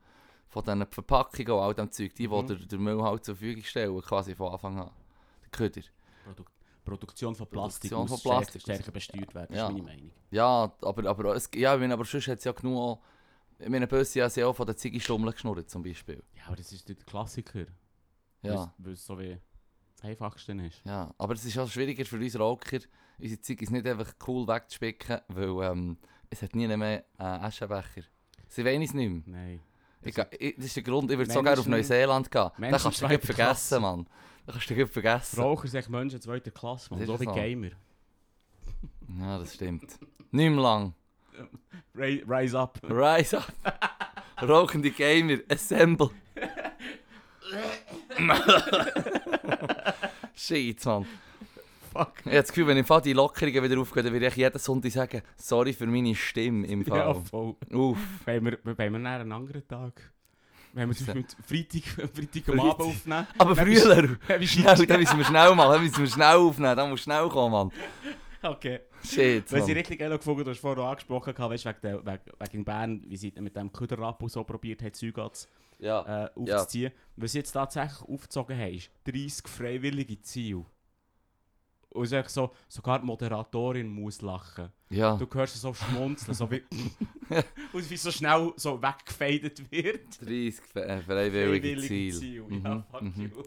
von diesen Verpackungen und all dem Zeug, die,
Mhm.
die der, der Müll halt zur Verfügung stellen, quasi von Anfang an. Der Köder.
Produktion von Plastik
Produktion
muss
von Plastik.
stärker, stärker besteuert werden,
Ja.
ist meine Meinung.
Ja, aber, aber, es, ja, ich meine, aber sonst hat es ja genug auch, ich meine, Böse hat ja auch von den Ziggistummeln geschnurrt, zum Beispiel.
Ja, aber das ist der Klassiker,
Ja.
weil es so wie das Einfachste ist.
Ja, aber es ist auch schwieriger für uns Rocker, unsere Zeug ist nicht einfach cool wegzuspicken, weil ähm, es hat nie mehr äh, Aschenbecher. Sie wollen es nicht mehr.
Nein.
Ich,
Also-
ga- ich, das ist der Grund, ich würde
Mensch
sogar auf
ist nicht-
Neuseeland gehen. Da
Mensch
kannst
ist
du dich
zweite Klasse.
vergessen, Mann. Da kannst du dich vergessen.
Raucher sind echt Menschen zweiter Klasse, man.
Das
So
ist
wie
so.
Gamer.
Ja, das stimmt. Nicht mehr lang.
Ri- Rise up.
Rise up. Rauchende Gamer. Assemble. Shit, Mann.
Fuck.
Ich habe das Gefühl, wenn im Fall die Lockerungen wieder aufgehen, dann würde ich jeden Sonntag sagen, sorry für meine Stimme im
Ja, oh,
Fall.
voll.
Uff.
Wenn wir, wenn wir dann einen anderen Tag... Wenn wir zum Beispiel Freitag, Freitag am
Freitag.
Abend aufnehmen...
Aber
dann bist-
früher,
dann bist du-
schnell, da müssen wir schnell machen, da müssen wir schnell aufnehmen, da muss schnell kommen, Mann.
Okay.
Shit,
Wenn sie
Mann.
richtig geil gefunden, du hast vorher angesprochen, weißt, wegen, der, wegen, wegen Bern, wie sie mit dem Köderrapp und so probiert hat, Zeug anz-
Ja.
äh, aufzuziehen. Was sie jetzt tatsächlich aufgezogen haben, ist 30 freiwillige Ziele. Und es ist echt so, sogar die Moderatorin muss lachen.
Ja.
Du hörst sie so schmunzeln, so wie. und wie so schnell so weggefeidet wird.
30 fe- äh, freiwillige Ziele.
Ja,
Mhm,
fuck
mhm.
you.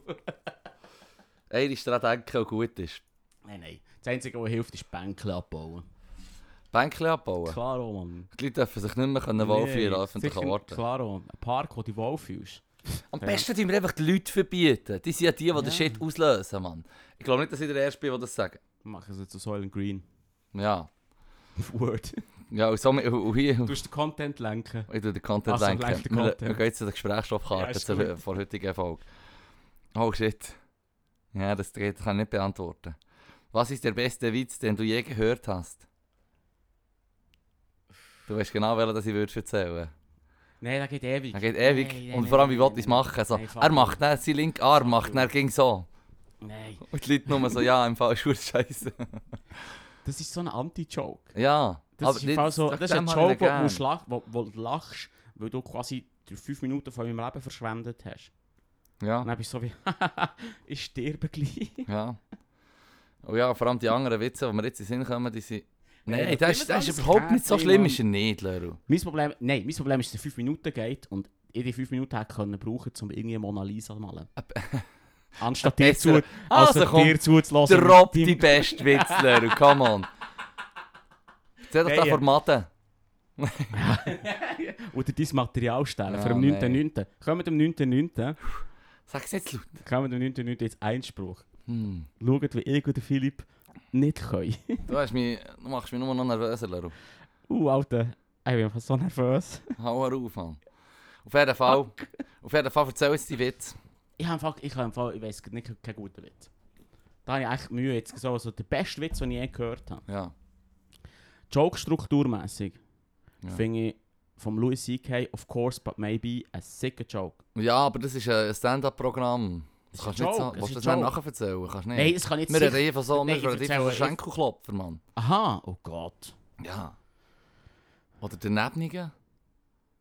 Einer ist daran denken, der gut ist.
nein, nein. Das Einzige, was hilft, ist Bänkle abbauen.
Bänkchen abbauen.
Klar, oh Mann.
Die Leute dürfen sich nicht mehr können wohlfühlen an öffentlichen Orten.
Klar, oh. Ein Park, wo du dich wohlfühlst.
Am besten tun wir einfach die Leute verbieten. Die sind ja die, die den
Ja.
Shit auslösen, Mann. Ich glaube nicht, dass ich der Erste bin, der das sagt.
Machen sie zu Soylent Green.
Ja.
Word.
Ja, und somit, und und hier...
Du musst den Content lenken.
Ich tue den Content
Also,
denken.
gleich den
Wir,
Content.
wir gehen jetzt zu der
Ja,
Gesprächsstoffkarte
ist
zur, vor heutigen Folge. Oh shit. Ja, das geht- kann ich nicht beantworten. Was ist der beste Witz, den du je gehört hast? Du weißt genau, welchen das ich würde erzählen
Nein, das geht ewig.
Er geht ewig.
Nein, nein,
und vor allem,
nein,
wie wollte ich es
nein,
machen? So,
Nein, fuck
er macht dann, sein linker Arm macht dann, er ging so.
Nein.
Und die Leute nur so, ja, im Fall ist verdammt scheiße.
Das ist so ein Anti-Joke.
ja. Ah,
Das ist im Fall so, das ist ein
dem halt
Joke, wo
habe ich ihn
du,
gern.
musst lach, wo, wo du lachst, weil du quasi die fünf Minuten von meinem Leben verschwendet hast.
Ja.
Und dann bist du so wie, hahaha, ich sterbe gleich.
Ja. Oh ja, vor allem die anderen Witze, die mir jetzt in den Sinn kommen, die sind...
Ja,
Nein,
ja,
das,
niemand
ist, das ist
anders
überhaupt nicht so
kennt
schlimm,
ihn,
ist er nicht, Leru.
mein Problem, nein, mein Problem ist, dass es fünf Minuten geht und ich die fünf Minuten hätte können brauchen, um irgendwie Mona Lisa zu malen. Anstatt dir zu,
bessere- Also
also
komm,
dir zuzulassen.
Der
mit
Rob,
deinem-
die beste Witz, Leru, come on. Seh doch
Hey,
da
ja.
vor Mathe.
Oder dein Material stellen
Ja,
für am
nein.
9.9. Kommt am 9.9.
Sag's nicht zu laut.
Kommt am 9.9. jetzt Einspruch.
Hm.
Schaut, wie ich oder Philipp nicht können.
Du, hast mich, du machst mich nur noch nervöser, Leru.
Uh, Alter, ich bin einfach so nervös.
Hau mal auf, Mann. Auf jeden Fall, auf jeden Fall erzähl uns die Witz.
Ich habe Fall, ich, hab im Fall, ich weiß nicht, keinen guten Witz. Da habe ich echt Mühe jetzt so, also der beste Witz, den ich je gehört habe.
Ja.
Joke-strukturmässig
Ja.
finde ich vom Louis C.K. of course, but maybe a sicker joke.
ja, aber das ist ein Stand-up-Programm. Das
Ist
kannst
ein
du nicht
Joke,
so...
ist
Willst du
ein
das nicht
Joke.
nachher erzählen? Kannst nicht.
Nein, das kann ich jetzt
wir
sicher...
reden von so...
Nein,
Wir
ich
reden von
erzähle-
Schenkelklopfer, Mann.
Aha, oh Gott.
Ja. Oder der Nebnigen.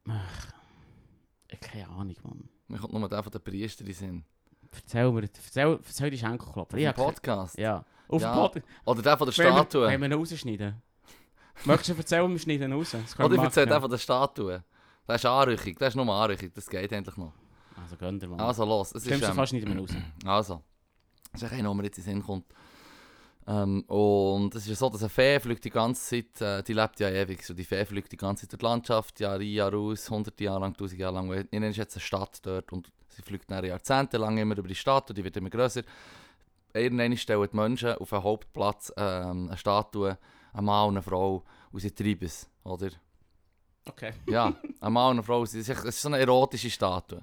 Äh, Keine Ahnung, Mann.
Mir kommt nur der von der Priester in den Sinn.
Erzähl mir, erzähl, erzähl die Schenkelklopfer.
Auf
Ich
dem
hab gesagt-
Podcast.
Ja. Auf
Ja,
dem Podcast.
Oder der von der
Wollen wir-
Statue.
Wollen wir ihn rausschneiden? Möchtest du erzählen, wir schneiden ihn raus? Das können
Oder
wir
ich
machen,
erzähle
ja.
den von der Statue. Der ist anrüchig, der ist nur anrüchig, das geht endlich noch.
Also gönn dir, Mann.
Also los, es ist...
Stimmt,
Ähm,
fast nicht mehr raus.
Also, das ist eigentlich noch, mir jetzt in den Sinn kommt. Ähm, und es ist ja so, dass eine Fee fliegt die ganze Zeit, äh, die lebt ja ewig, so die Fee fliegt die ganze Zeit durch die Landschaft, Jahr ein, Jahr aus, hunderte Jahre lang, tausend Jahre lang. Und Ihnen ist jetzt eine Stadt dort und sie fliegt dann jahrzehntelang immer über die Stadt und die wird immer grösser. Irgendwann stellen die Menschen auf den Hauptplatz ähm, eine Statue, einen Mann und eine Frau und sie treiben es, oder?
Okay.
Ja, ein Mann und eine Frau. Es ist, echt- es ist so eine erotische Statue.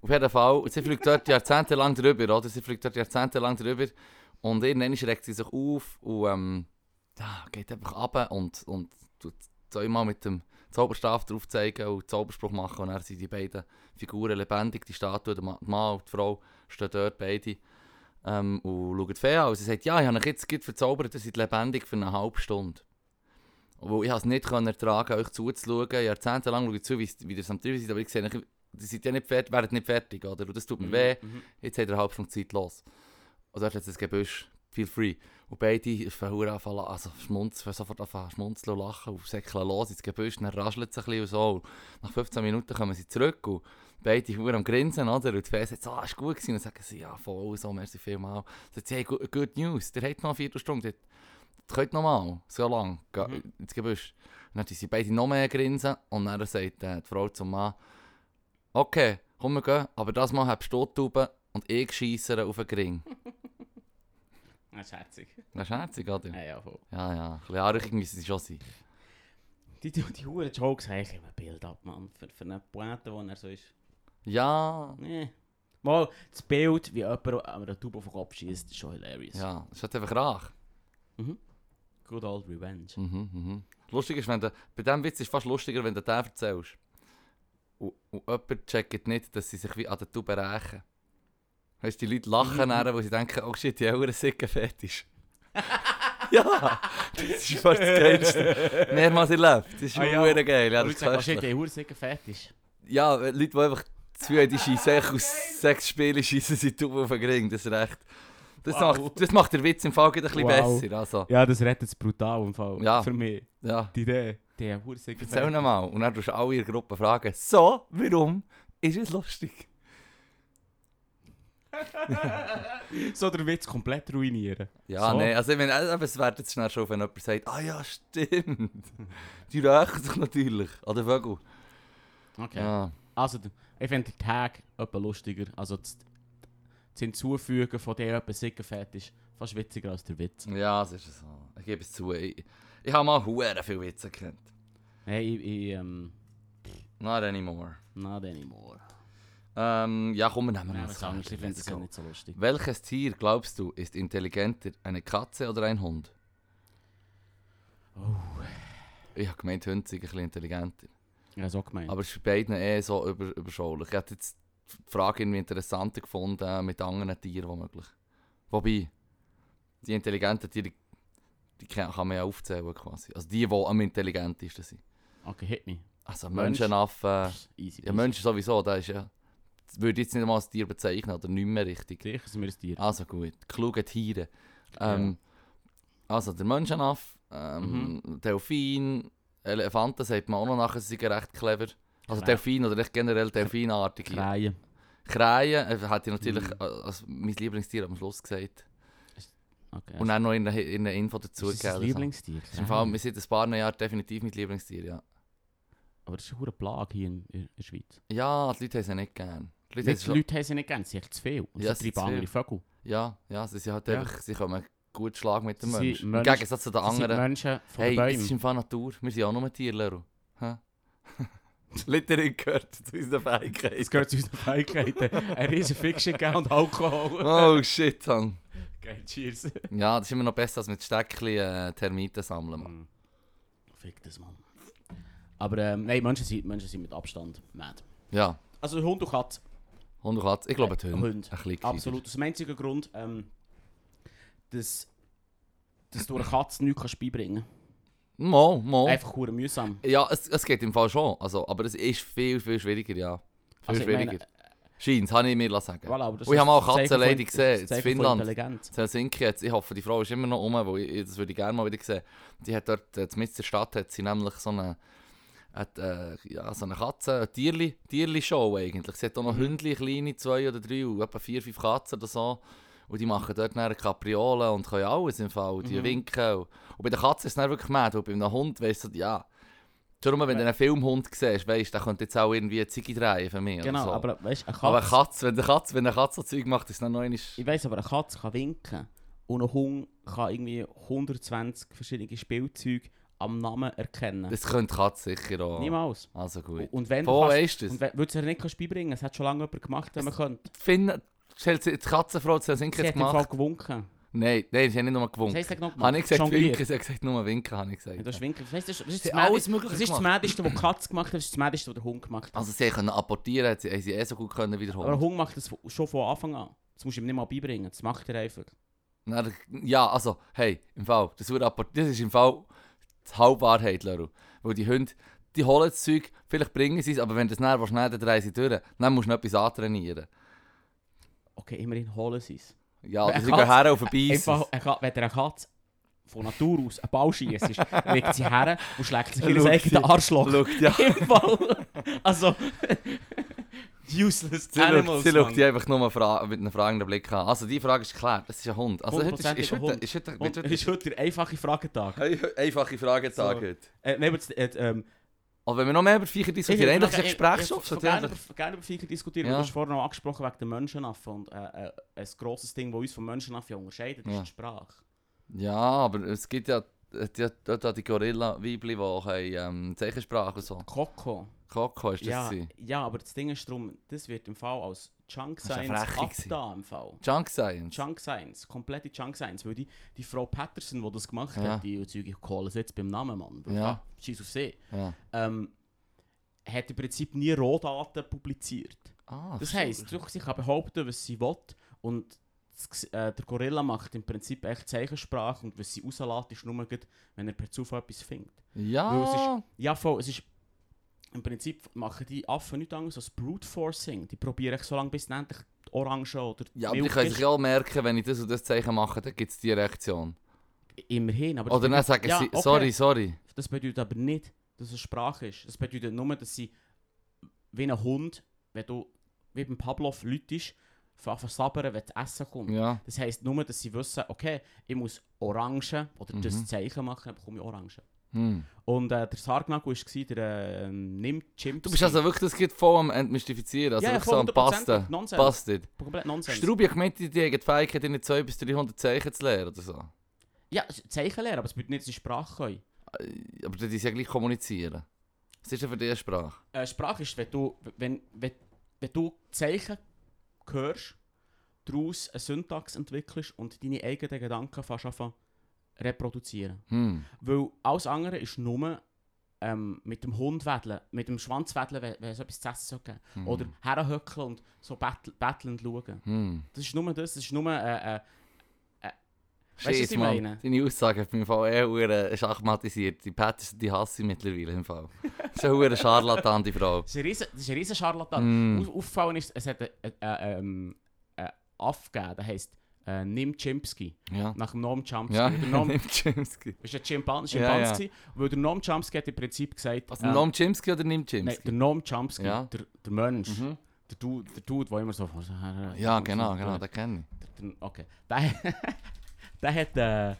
Auf jeden Fall. Und sie fliegt dort jahrzehntelang drüber, oder? Sie fliegt dort jahrzehntelang drüber. Und irgendwann regt sie sich auf und ähm, ja, geht einfach ab und, und tut zweimal mit dem Zauberstab drauf zeigen und Zauberspruch machen. Und dann sind die beiden Figuren lebendig, die Statue, der Ma- der Mann und die Frau, stehen dort beide ähm, und schauen die Fee an. Und sie sagt, ja, ich habe euch jetzt gerade verzaubert, ihr seid lebendig für eine halbe Stunde. Weil ich es nicht können ertragen euch zuzuschauen. Jahrzehntelang schaue ich zu, wie, wie ihr es am Treiben seid, aber ich sehe, nicht- ihr seid ja nicht fertig, werdet nicht fertig, oder? Und das tut mir weh.
Mhm.
Jetzt habt ihr eine halbe Stunde Zeit, los. Und dort hat es ein Gebüsch, feel free. Und beide fangen anfangen, also schmunzeln, sofort anfangen zu schmunzeln und lachen und säckeln los ins Gebüsch, dann raschelt es ein bisschen und so. Und nach 15 Minuten kommen sie zurück und beide hure am Grinsen, oder? Und die Fee sagt, ah, ist gut gewesen. Und dann sagen sie, ja, voll, so, merci vielmal. Dann sagt sie, hey, good, good news, ihr habt noch eine Viertelstunde, ihr ihr könnt noch mal, so lang, ge-
Mhm.
ins Gebüsch. Und dann tun sie beide noch mehr grinsen und dann sagt äh, die Frau zum Mann, okay, komm, wir gehen, aber das Mal hast du die Tube und ich scheisse auf den Ring.
Das ist herzig.
Das ist herzig, oder?
Ah, Ja, ja, voll.
Ja, ja, ein bisschen anrüchig müssen sie schon sein.
Die, die, die Huren Jokes haben eigentlich immer ein Bild-up, Mann. Für, für eine Pointe, die er so ist.
Ja,
Nee. Mal, das Bild, wie jemand an einer Tube auf den Kopf schießt, ist schon hilarious.
ja, es hat einfach Rach.
Good old revenge.
Mhm, mhm. Lustig ist, wenn du, bei diesem Witz ist es fast lustiger, wenn du den erzählst. Und, und jemand checkt nicht, dass sie sich wie an der Tube rächen. Weißt du, die Leute
Mhm.
lachen nachher, weil sie denken, oh shit, die Eltern sind fetisch. ja, das ist fast das Geilste. Mehrmals erlebt, das ist
Ah,
ah,
ja.
geil. Ja,
Aber
das
ich
ist
sag, was
köstlich.
der Hurensäcke fetisch?
Ja, Leute, die einfach zwei die schießen, echt aus sechs Spielen schießen sie die auf den Ring, das ist recht. Das,
Wow.
macht, das macht der Witz im Fall gerade ein bisschen
Wow.
besser. Also,
Ja, dus das rettet es brutal im Fall.
Ja. nou
Für mich.
ja.
Die Idee. Der Hurensäcke
Erzähl ihnen mal. Und dann tust du alle in der Gruppe fragen, so, warum ist es lustig?
so der Witz komplett ruinieren.
Ja,
So.
nein, also ich meine, also, aber es wird jetzt schnell schon, wenn jemand sagt, ah ja, stimmt. Die rächen sich natürlich an den Vögel.
Okay.
Ja.
Also, d- ich finde den Tag etwas lustiger. Also, das, das Hinzufügen von dem etwas sickerfett ist fast witziger als der Witz.
ja, es ist so. Ich gebe es zu. Ich, ich habe mal Huren viele Witze gekannt.
Hey, ich, ich ähm,
Not anymore.
not anymore.
Ähm, ja, komm, wir nehmen
Nein,
noch
was
ein
anderes, ich
Kärtchen.
finde das
Let's go.
ja nicht so lustig.
Welches Tier glaubst du ist intelligenter, eine Katze oder ein Hund?
Oh,
Ich habe gemeint, Hunde sind ein bisschen intelligenter.
Ja, so gemeint.
Aber es ist bei beiden eh so über, überschaulich. Ich hätte jetzt die Frage irgendwie interessanter gefunden äh, mit anderen Tieren womöglich. Wobei, die intelligenten Tiere, die kann kann man ja aufzählen quasi. Also die, die am intelligentesten sind.
Okay, hit me.
Also
Mensch.
Menschenaffen,
Easy.
ja Mensch sowieso, das ist ja... Das würde ich jetzt nicht mal als Tier bezeichnen oder nicht mehr richtig.
Sicher sind wir ein Tier.
Also gut, kluge Tiere. Ähm, Also der Menschenaff, ähm,
Mhm.
Delfin, Elefanten sagt man auch noch nachher, sie sind recht clever. Also
Krä-
Delfin oder echt generell Delfinartige.
Kreien.
Krähen äh, hat ich natürlich
Mhm.
äh, als mein Lieblingstier am Schluss gesagt.
Okay.
Und dann noch in der, in der Info
ist
dazu
das
gegeben
dein
oder so.
Lieblingstier?
Das ist im Fall, wir sind ein paar Jahre definitiv mein Lieblingstier, ja.
Aber das ist eine verdammte Plage hier in, in der Schweiz.
Ja, die Leute haben sie nicht gern. Die
Nicht,
Leute haben sie
die
schon-
Leute haben sie nicht gern, sie haben zu viel. Und
Ja,
sie
sie
treiben
haben
andere
zu
Vögel.
Ja, ja, sie sind halt
Ja.
einfach, sie kommen gut Schlag mit dem
Sie sind
Menschen. Im
Menschen-
Gegensatz zu den
Das sind
anderen.
Menschen von
Hey,
den
das ist
Bäumen.
im Fall Natur. Wir sind auch nur Tiere, Leru. Hä? Literin gehört zu unseren Fähigkeiten.
Es gehört zu unseren Fähigkeiten. Ein riesen Fiction geben und Alkohol.
Oh shit, Mann.
Geil, cheers.
Ja, das ist immer noch besser, als mit Stöckchen äh, Termiten sammeln. Mann.
Mhm. Fick das, Mann. Aber ähm, nein, Menschen sind, Menschen sind mit Abstand mad.
Ja,
Also Hund und Katze,
Hund und Katze. Ich glaube, die Hunde.
Hund.
Ein bisschen
absolut. Aus dem einzigen Grund, dus, ähm, dass, dass du einer Katze nichts kannst beibringen
gescheiter. Mal, mal.
Einfach hure mühsam.
Ja, es, es geht im Fall schon. Also, aber es ist viel, viel schwieriger, ja. Viel
Also, ich
schwieriger.
meine,
Scheint, habe ich mir sagen.
eh, voilà, dus aber das
Und ich
ist
habe mal
das
eine
Zeichen von-
Katzenlady
das ist
gesehen,
das
in
Zeichen von
Finnland.
Intelligenz.
In Helsinki jetzt, ich hoffe, die Frau ist immer noch um, weil ich, das würde ich gerne mal wieder sehen. Die hat dort, äh, mitten in der Stadt, hat sie nämlich so eine, hat, äh, ja, so eine Katze, eine Tierli, Tierli-Show eigentlich. Sie hat auch noch
Mhm.
Hündli, kleine, zwei oder drei, und etwa vier, fünf Katzen oder so. Und die machen dort dann eine Kapriole und können alles im Fall,
Mhm.
die winken. Und bei der Katze ist es dann wirklich mad, und bei einem Hund weißt du, ja... Schon nur, wenn du einen Filmhund siehst, weißt du, der könnte jetzt auch irgendwie eine Ziege drehen für mich
Genau,
oder so.
aber weißt du, eine
Aber
Katze.
eine Katze, wenn eine Katze, wenn eine Katze so Zeug macht, ist es dann noch einmal...
Ich weiß aber, eine Katze kann winken und ein Hund kann irgendwie 120 verschiedene Spielzeuge am Namen erkennen.
Das könnte die Katze sicher auch.
Niemals.
Also gut.
Und wenn
Wo
kannst-
weisst du es?
Und wenn, würde es er nicht kannst beibringen, es hat schon lange jemand gemacht, wenn man könnte.
Finn, stellt sie- die Katzenfrau hat es
Sie
jetzt
hat im Fall
gemacht.
gewunken.
Nein, nein, sie hat nicht nur
Was
gewunken.
heisst das genau?
Habe ich gesagt
Jongliert.
winken? Sie hat gesagt nur winken, habe ich
Ja,
gesagt.
Das ist Winkel. Das, das, ist- das ist
Sie
das,
haben alles
Mädigste-
Mögliche
das ist das
gemacht.
Mädigste, was die Katze gemacht hat, das ist das Mädigste, was der Hund gemacht hat.
Also sie können apportieren, sie haben sie eh so gut können wie der
Aber der
Hund.
Hund macht das von- schon von Anfang an. Das musst du ihm nicht mal beibringen, das macht er einfach.
Dann, ja, also, hey, im Fall, das, wird apport- das ist im Fall die Halbwahrheit, Leru. Weil die Hunde, die holen das Zeug, vielleicht bringen sie es, aber wenn du es näher willst, dann drehen sie durch. Dann musst du noch etwas antrainieren.
Okay, immerhin holen sie es.
Ja,
Eine
also sie
Katze-
gehen her und verbeissen
Einfach,
es.
eine Ka- wenn der eine Katze von Natur aus einen Ball schiesst, legt sie her und schlägt sich in
Schaut
den eigenen
sie-
Arschloch.
Schaut, ja.
Im Fall. Also, useless
Sie schaut,
animals.
sie schaut
Mann.
die einfach nur fra mit einem fragenden Blick an. Also, die Frage ist geklärt. Das ist ein Hund. Also, heute ist, ist,
Hundertprozentiger
heute,
Hund.
ist heute,
Und es
wird heute,
ist heute der einfache Fragetag.
Hey, einfache Frage
So.
sagen.
Äh, nein, aber das- äh, ähm,
Aber wenn wir noch mehr über Viecher diskutieren,
hätte
eigentlich ist
noch-
ein
ich-
Gesprächsstoff.
Ich würde
sollte
gerne
eigentlich-
über- gerne über Viecher diskutieren.
Ja.
Du hast vorhin noch angesprochen nou wegen der Menschenaffen. Und äh, äh, ein grosses Ding, das uns vom Menschenaffen unterscheidet,
Ja.
ist die Sprache.
Ja, aber es gibt ja es gibt ja dort auch die Gorilla-Weibli, die auch haben, ähm, Zeichensprache und so.
Coco.
Koko ist das.
Ja,
sie.
ja, aber das Ding ist drum, das wird im Fall als Junk
Das ist eine
Science
Frechheit gewesen.
abgetan im Fall.
Junk Science.
Junk Science, komplette Junk Science, weil die, die Frau Patterson, die das gemacht
Ja.
hat, die Züge callen sie jetzt beim Namen, Mann. weil,
Ja.
ah, Scheiß auf sie.
Ja.
Ähm, hat im Prinzip nie Rohdaten publiziert.
Ah,
Das
so.
heisst, doch, sie kann behaupten, was sie will und das Ges- äh, der Gorilla macht im Prinzip echt Zeichensprache und was sie rauslässt, ist nur, grad, wenn er per Zufall etwas findet. Weil es
Ja.
Ja, voll. Es ist, Im Prinzip machen die Affen nichts anderes als Brute Forcing. Die probieren echt so lange, bis endlich die Orange oder die
Ja, aber die
Milch
können
ist.
sich ja auch merken, wenn ich das und das Zeichen mache, dann gibt es die Oh, Reaktion.
Immerhin. Aber das
Oder dann
bedeutet-
sagen
Ja,
sie,
okay.
sorry, sorry.
Das bedeutet aber nicht, dass es Sprache ist. Das bedeutet nur, dass sie wie ein Hund, wenn du wie beim Pavlov lütisch, anfangen zu sabbern, wenn das Essen kommt.
Ja.
Das heisst nur, dass sie wissen, okay, ich muss Orangen oder
Mhm.
das Zeichen machen, dann bekomme ich Orangen.
Hm.
Und äh, der Sargnagel war der äh, Nim Chimps.
Du bist also wirklich, das geht voll am Entmystifizieren. Also
Ja, ja,
wirklich so am
voll, 100%,
Pasten.
Nonsens.
Pastet.
komplett Nonsens.
Strubi hat gemeint, die die haben die Fähigkeit, in 200 bis 300 Zeichen zu lernen oder so.
Ja, es- Zeichen lernen, aber es bedeutet nicht, dass sie Sprache können.
Äh, Aber die ja gleich kommunizieren. Was ist denn für die Sprache?
Äh, Sprache ist, wenn du, wenn, wenn, wenn du Zeichen hörst, daraus eine Syntax entwickelst und deine eigenen Gedanken fast anfangen reproduzieren.
Hm.
Weil alles andere ist nur ähm, mit dem Hund wedeln, mit dem Schwanz wedeln, wenn, wenn es etwas zu essen soll geben.
Hm.
Oder herhöckeln und so bettel- bettelnd schauen.
Hm.
Das ist nur das, das ist nur... Äh, äh, du, was
Shit,
ich
Mann.
meine?
Deine Aussage hat mich im Fall eh hure schachmatisiert. Die Patterson, die hasse ich mittlerweile im Fall. Das ist eine hure Scharlatan, die Frau.
das ist ein riesen- das ist ein riesen Scharlatan.
Hm.
Au- Auffallen ist, es hat einen äh, äh, ähm, äh, Aff gegeben, der heisst äh, Nim Chimpsky.
Ja.
Nach dem Nom Chimpsky.
Ja,
Der Nom
Noam Chimsky.
ist ein Chimpan Schimpanse.
Ja, ja.
gewesen, Weil der Nom Chimpsky hat im Prinzip gesagt.
Also
ähm,
Noam Chimsky oder Nim
Nein,
Chimsky?
der Nom Chimpsky,
Ja.
der, der Mensch.
Mhm.
Der Dude, der Dude, der immer so.
Ja, genau, genau, den kenne ich.
Der- Okay. Der, der hat. Äh,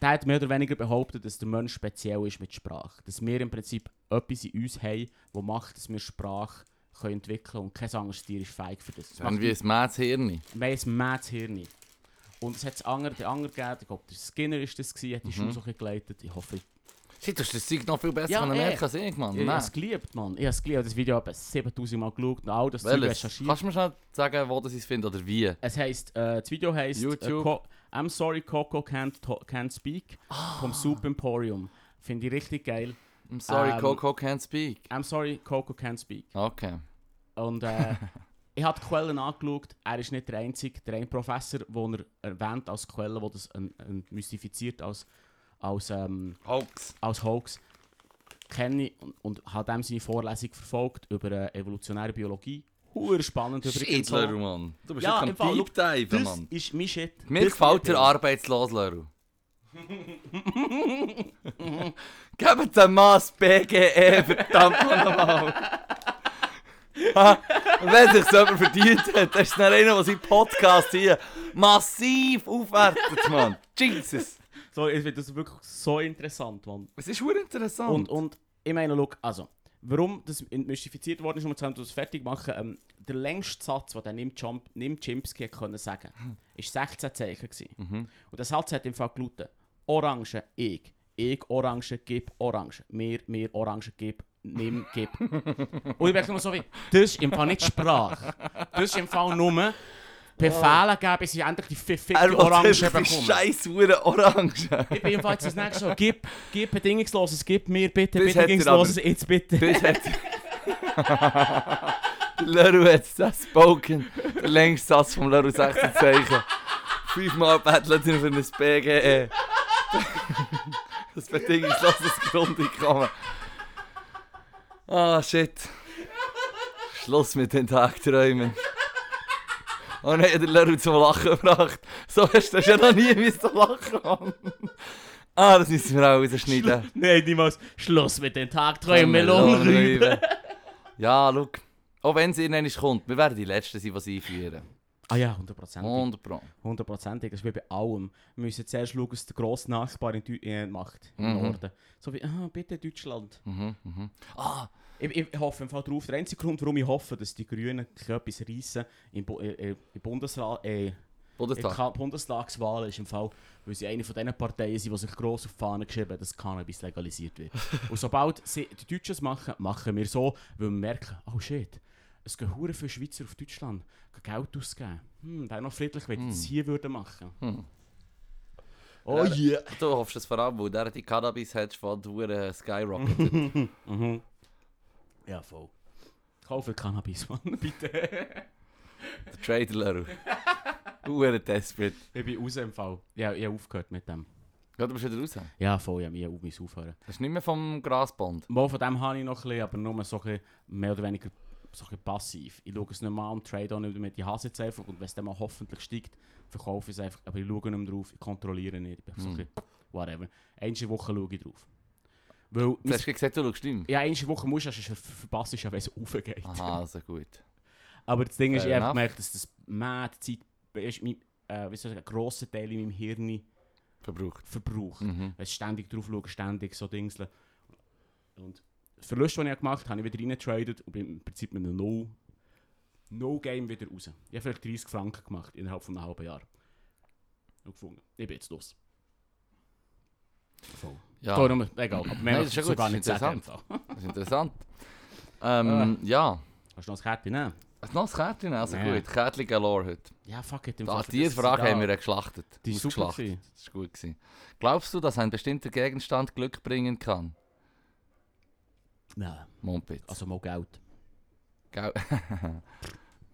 der hat mehr oder weniger behauptet, dass der Mensch speziell ist mit Sprache. Dass wir im Prinzip etwas in uns haben, das macht, dass wir Sprache können entwickeln und kein anderes Tier ist fähig für das. das
Wenn
macht
wir ein Mädchen Hirni.
wir haben ein mad Hirn. Und es hat den anderen gegeben, ich glaube, der Skinner ist das gewesen,
Mhm.
hat die Schuhe so ein bisschen geleitet. Ich hoffe, ich,
Shit, du hast das Zeug noch viel besser
Ja,
können
eh.
merken als ich, Mann.
ich, ich habe
Nein.
es geliebt, Mann. Ich habe es geliebt, ich habe das Video etwa 7000 Mal geschaut und all das Zeug
Welches?
recherchiert.
Kannst du mir schnell sagen, wo das ist finde oder wie?
Es heisst, äh, das Video heisst
YouTube.
Äh, Co- I'm sorry Coco can't, to- can't speak vom
Ah.
Soup Emporium. Finde ich richtig geil.
I'm sorry,
Ähm,
Coco can't speak.
I'm sorry Coco can't speak.
Okay.
Und äh, ich habe die Quellen angeschaut. Er ist nicht der einzige, der ein Professor, den er erwähnt als Quelle, wo das ein, ein mystifiziert als, als, ähm,
Hoax.
als Hoax kenne ich und, und habe dem seine Vorlesung verfolgt über äh, evolutionäre Biologie. Huer spannend
Shit,
übrigens.
Leru,
auch.
Mann. Du bist
Ja,
ja,
im
wirklich
Fall,
am Deep Dive,
Das
Mann.
ist mein Shit.
Mir
Das
gefällt der
liebe ich.
arbeitslos, Leru. Gebt dem Mann das BGE, verdammt nochmal. Wenn sich jemand verdient hat, dann ist es dann einer, der seinen Podcast hier massiv aufwertet, Mann. Jesus.
So, ich finde das wirklich so interessant, Mann.
Es ist wirklich interessant.
Und, und ich meine, look, also, warum das mystifiziert worden ist, um das fertig machen, ähm, der längste Satz, den der Nim, Jump, Nim Chimpsky hat können sagen konnte, war 16 Zeichen. gewesen.
Mhm.
Und der Satz hat im Fall gelautet, Orange, ich. Ich, Orange, gib Orange. Mir, mir, Orange, gib, nimm, gib. Und ich merke immer so wie, das ist im Fall nicht Sprache. Das ist im Fall nur Befehle geben, sie endlich die
er
verfickte
will
Orange
wirklich
bekommen.
scheiß Uhren Orangen.
Ich bin jedenfalls das nächste so, gib, gib Bedingungsloses, gib mir bitte
Das hat er
Bedingungsloses, jetzt bitte.
Das hat... Leru hat das spoken. Der längste Satz vom Leru 16 Zeichen. Fünfmal bettelt er für ein BGE. das bedingungsloses Grundeinkommen. Ah, shit. Schluss mit den Tagträumen. Oh nein, der Leru zum Lachen gebracht. So hast du das ja noch nie müssen lachen, Mann. Ah, das müssen wir auch rausschneiden.
Nein, niemals. Schluss mit den Tagträumen, Melonenrüben.
Melonenrüben. Ja, Oh, schau. Auch wenn es irgendwann kommt, wir werden die Letzten sein, die sie einführen.
Ah ja, 100%.
100 Pro.
100%. Das ist wie bei allem. Wir müssen zuerst schauen, was der grosse Nachbar in Deutschland macht. Im
Mhm.
Norden. So wie, ah, bitte Deutschland.
Mhm, mhm. Ah,
Ich, ich hoffe im Fall drauf. Der einzige Grund, warum ich hoffe, dass die Grünen etwas reissen im, Bu- äh, äh, im Bundesrat... Äh, in
Bundestag.
der Bundestagswahl ist im Fall, weil sie eine von diesen Parteien sind, die sich gross auf die Fahne geschrieben haben, dass Cannabis legalisiert wird. Und sobald sie die Deutschen es machen, machen wir so, weil wir merken, oh shit, es gehen hure viele Schweizer auf Deutschland gehen Geld ausgeben. Hm, wäre noch friedlich, wenn die das hier würden machen.
Hm.
Oh
Ja,
yeah.
Du hoffst es vor allem, weil der die Cannabis hat von Duren eh, Skyrocket.
Mhm. Ja, voll. Kaufe Cannabis, Mann, bitte.
der Trader Leru. Uhren desperate.
ich bin raus im Fall. Ja, ich habe aufgehört mit dem.
Ja, du bist wieder raus. Das
Ja, voll, ich habe mich aufhören.
ist nicht mehr vom Grasband.
Mal von dem habe ich noch ein bisschen, aber nur so ein bisschen mehr oder weniger so ein bisschen passiv. Ich schaue es nicht mal an, trade auch nicht mit, ich hasse es einfach und wenn es dann mal hoffentlich steigt, verkaufe ich es einfach. Aber ich schaue nicht mehr drauf, ich kontrolliere nicht, ich bin so ein
Hm.
bisschen, whatever. Einige Woche schaue ich drauf. Weil,
Du hast gesagt, du schaust nicht mehr.
ja, einige Woche musst du, sonst ver- verpasst du es ja, wenn es raufgeht.
Aha, also gut.
Aber das Ding ist,
Fair
ich habe
enough.
gemerkt, dass das mad Zeit, ist mein, äh, wie soll ich sagen, grosser Teil in meinem Hirn
Verbraucht.
verbraucht.
Mhm.
Weil ständig drauf schauen, ständig so Dingseln. Und die Verluste, die ich gemacht habe, habe ich wieder reingetradet und bin im Prinzip mit einem No, no Game wieder raus. Ich habe vielleicht 30 Franken gemacht innerhalb von einem halben Jahr. Und gefunden, ich bin jetzt los. Voll.
Ja,
Voll, nur- egal, aber mehr
Nein,
möchte
das ist
ich
ja
dazu
gut,
gar
das
nicht
ist
sagen. im Fall.
das ist interessant.
Ah.
Ähm, ja.
Hast du noch ein Kärtchen nehmen?
Hast du noch ein Kärtchen? Also
Nee.
gut. Kärtchen galore heute.
Ja, fuck it. im
Ach,
Fall,
Ah, diese
das-
Frage
ja.
haben wir äh, geschlachtet.
Die ist super
Ausgeschlachtet.
gewesen.
Das ist gut. Gewesen. Glaubst du, dass ein bestimmter Gegenstand Glück bringen kann?
Nein,
Mumpitz.
also mal Geld.
Gell?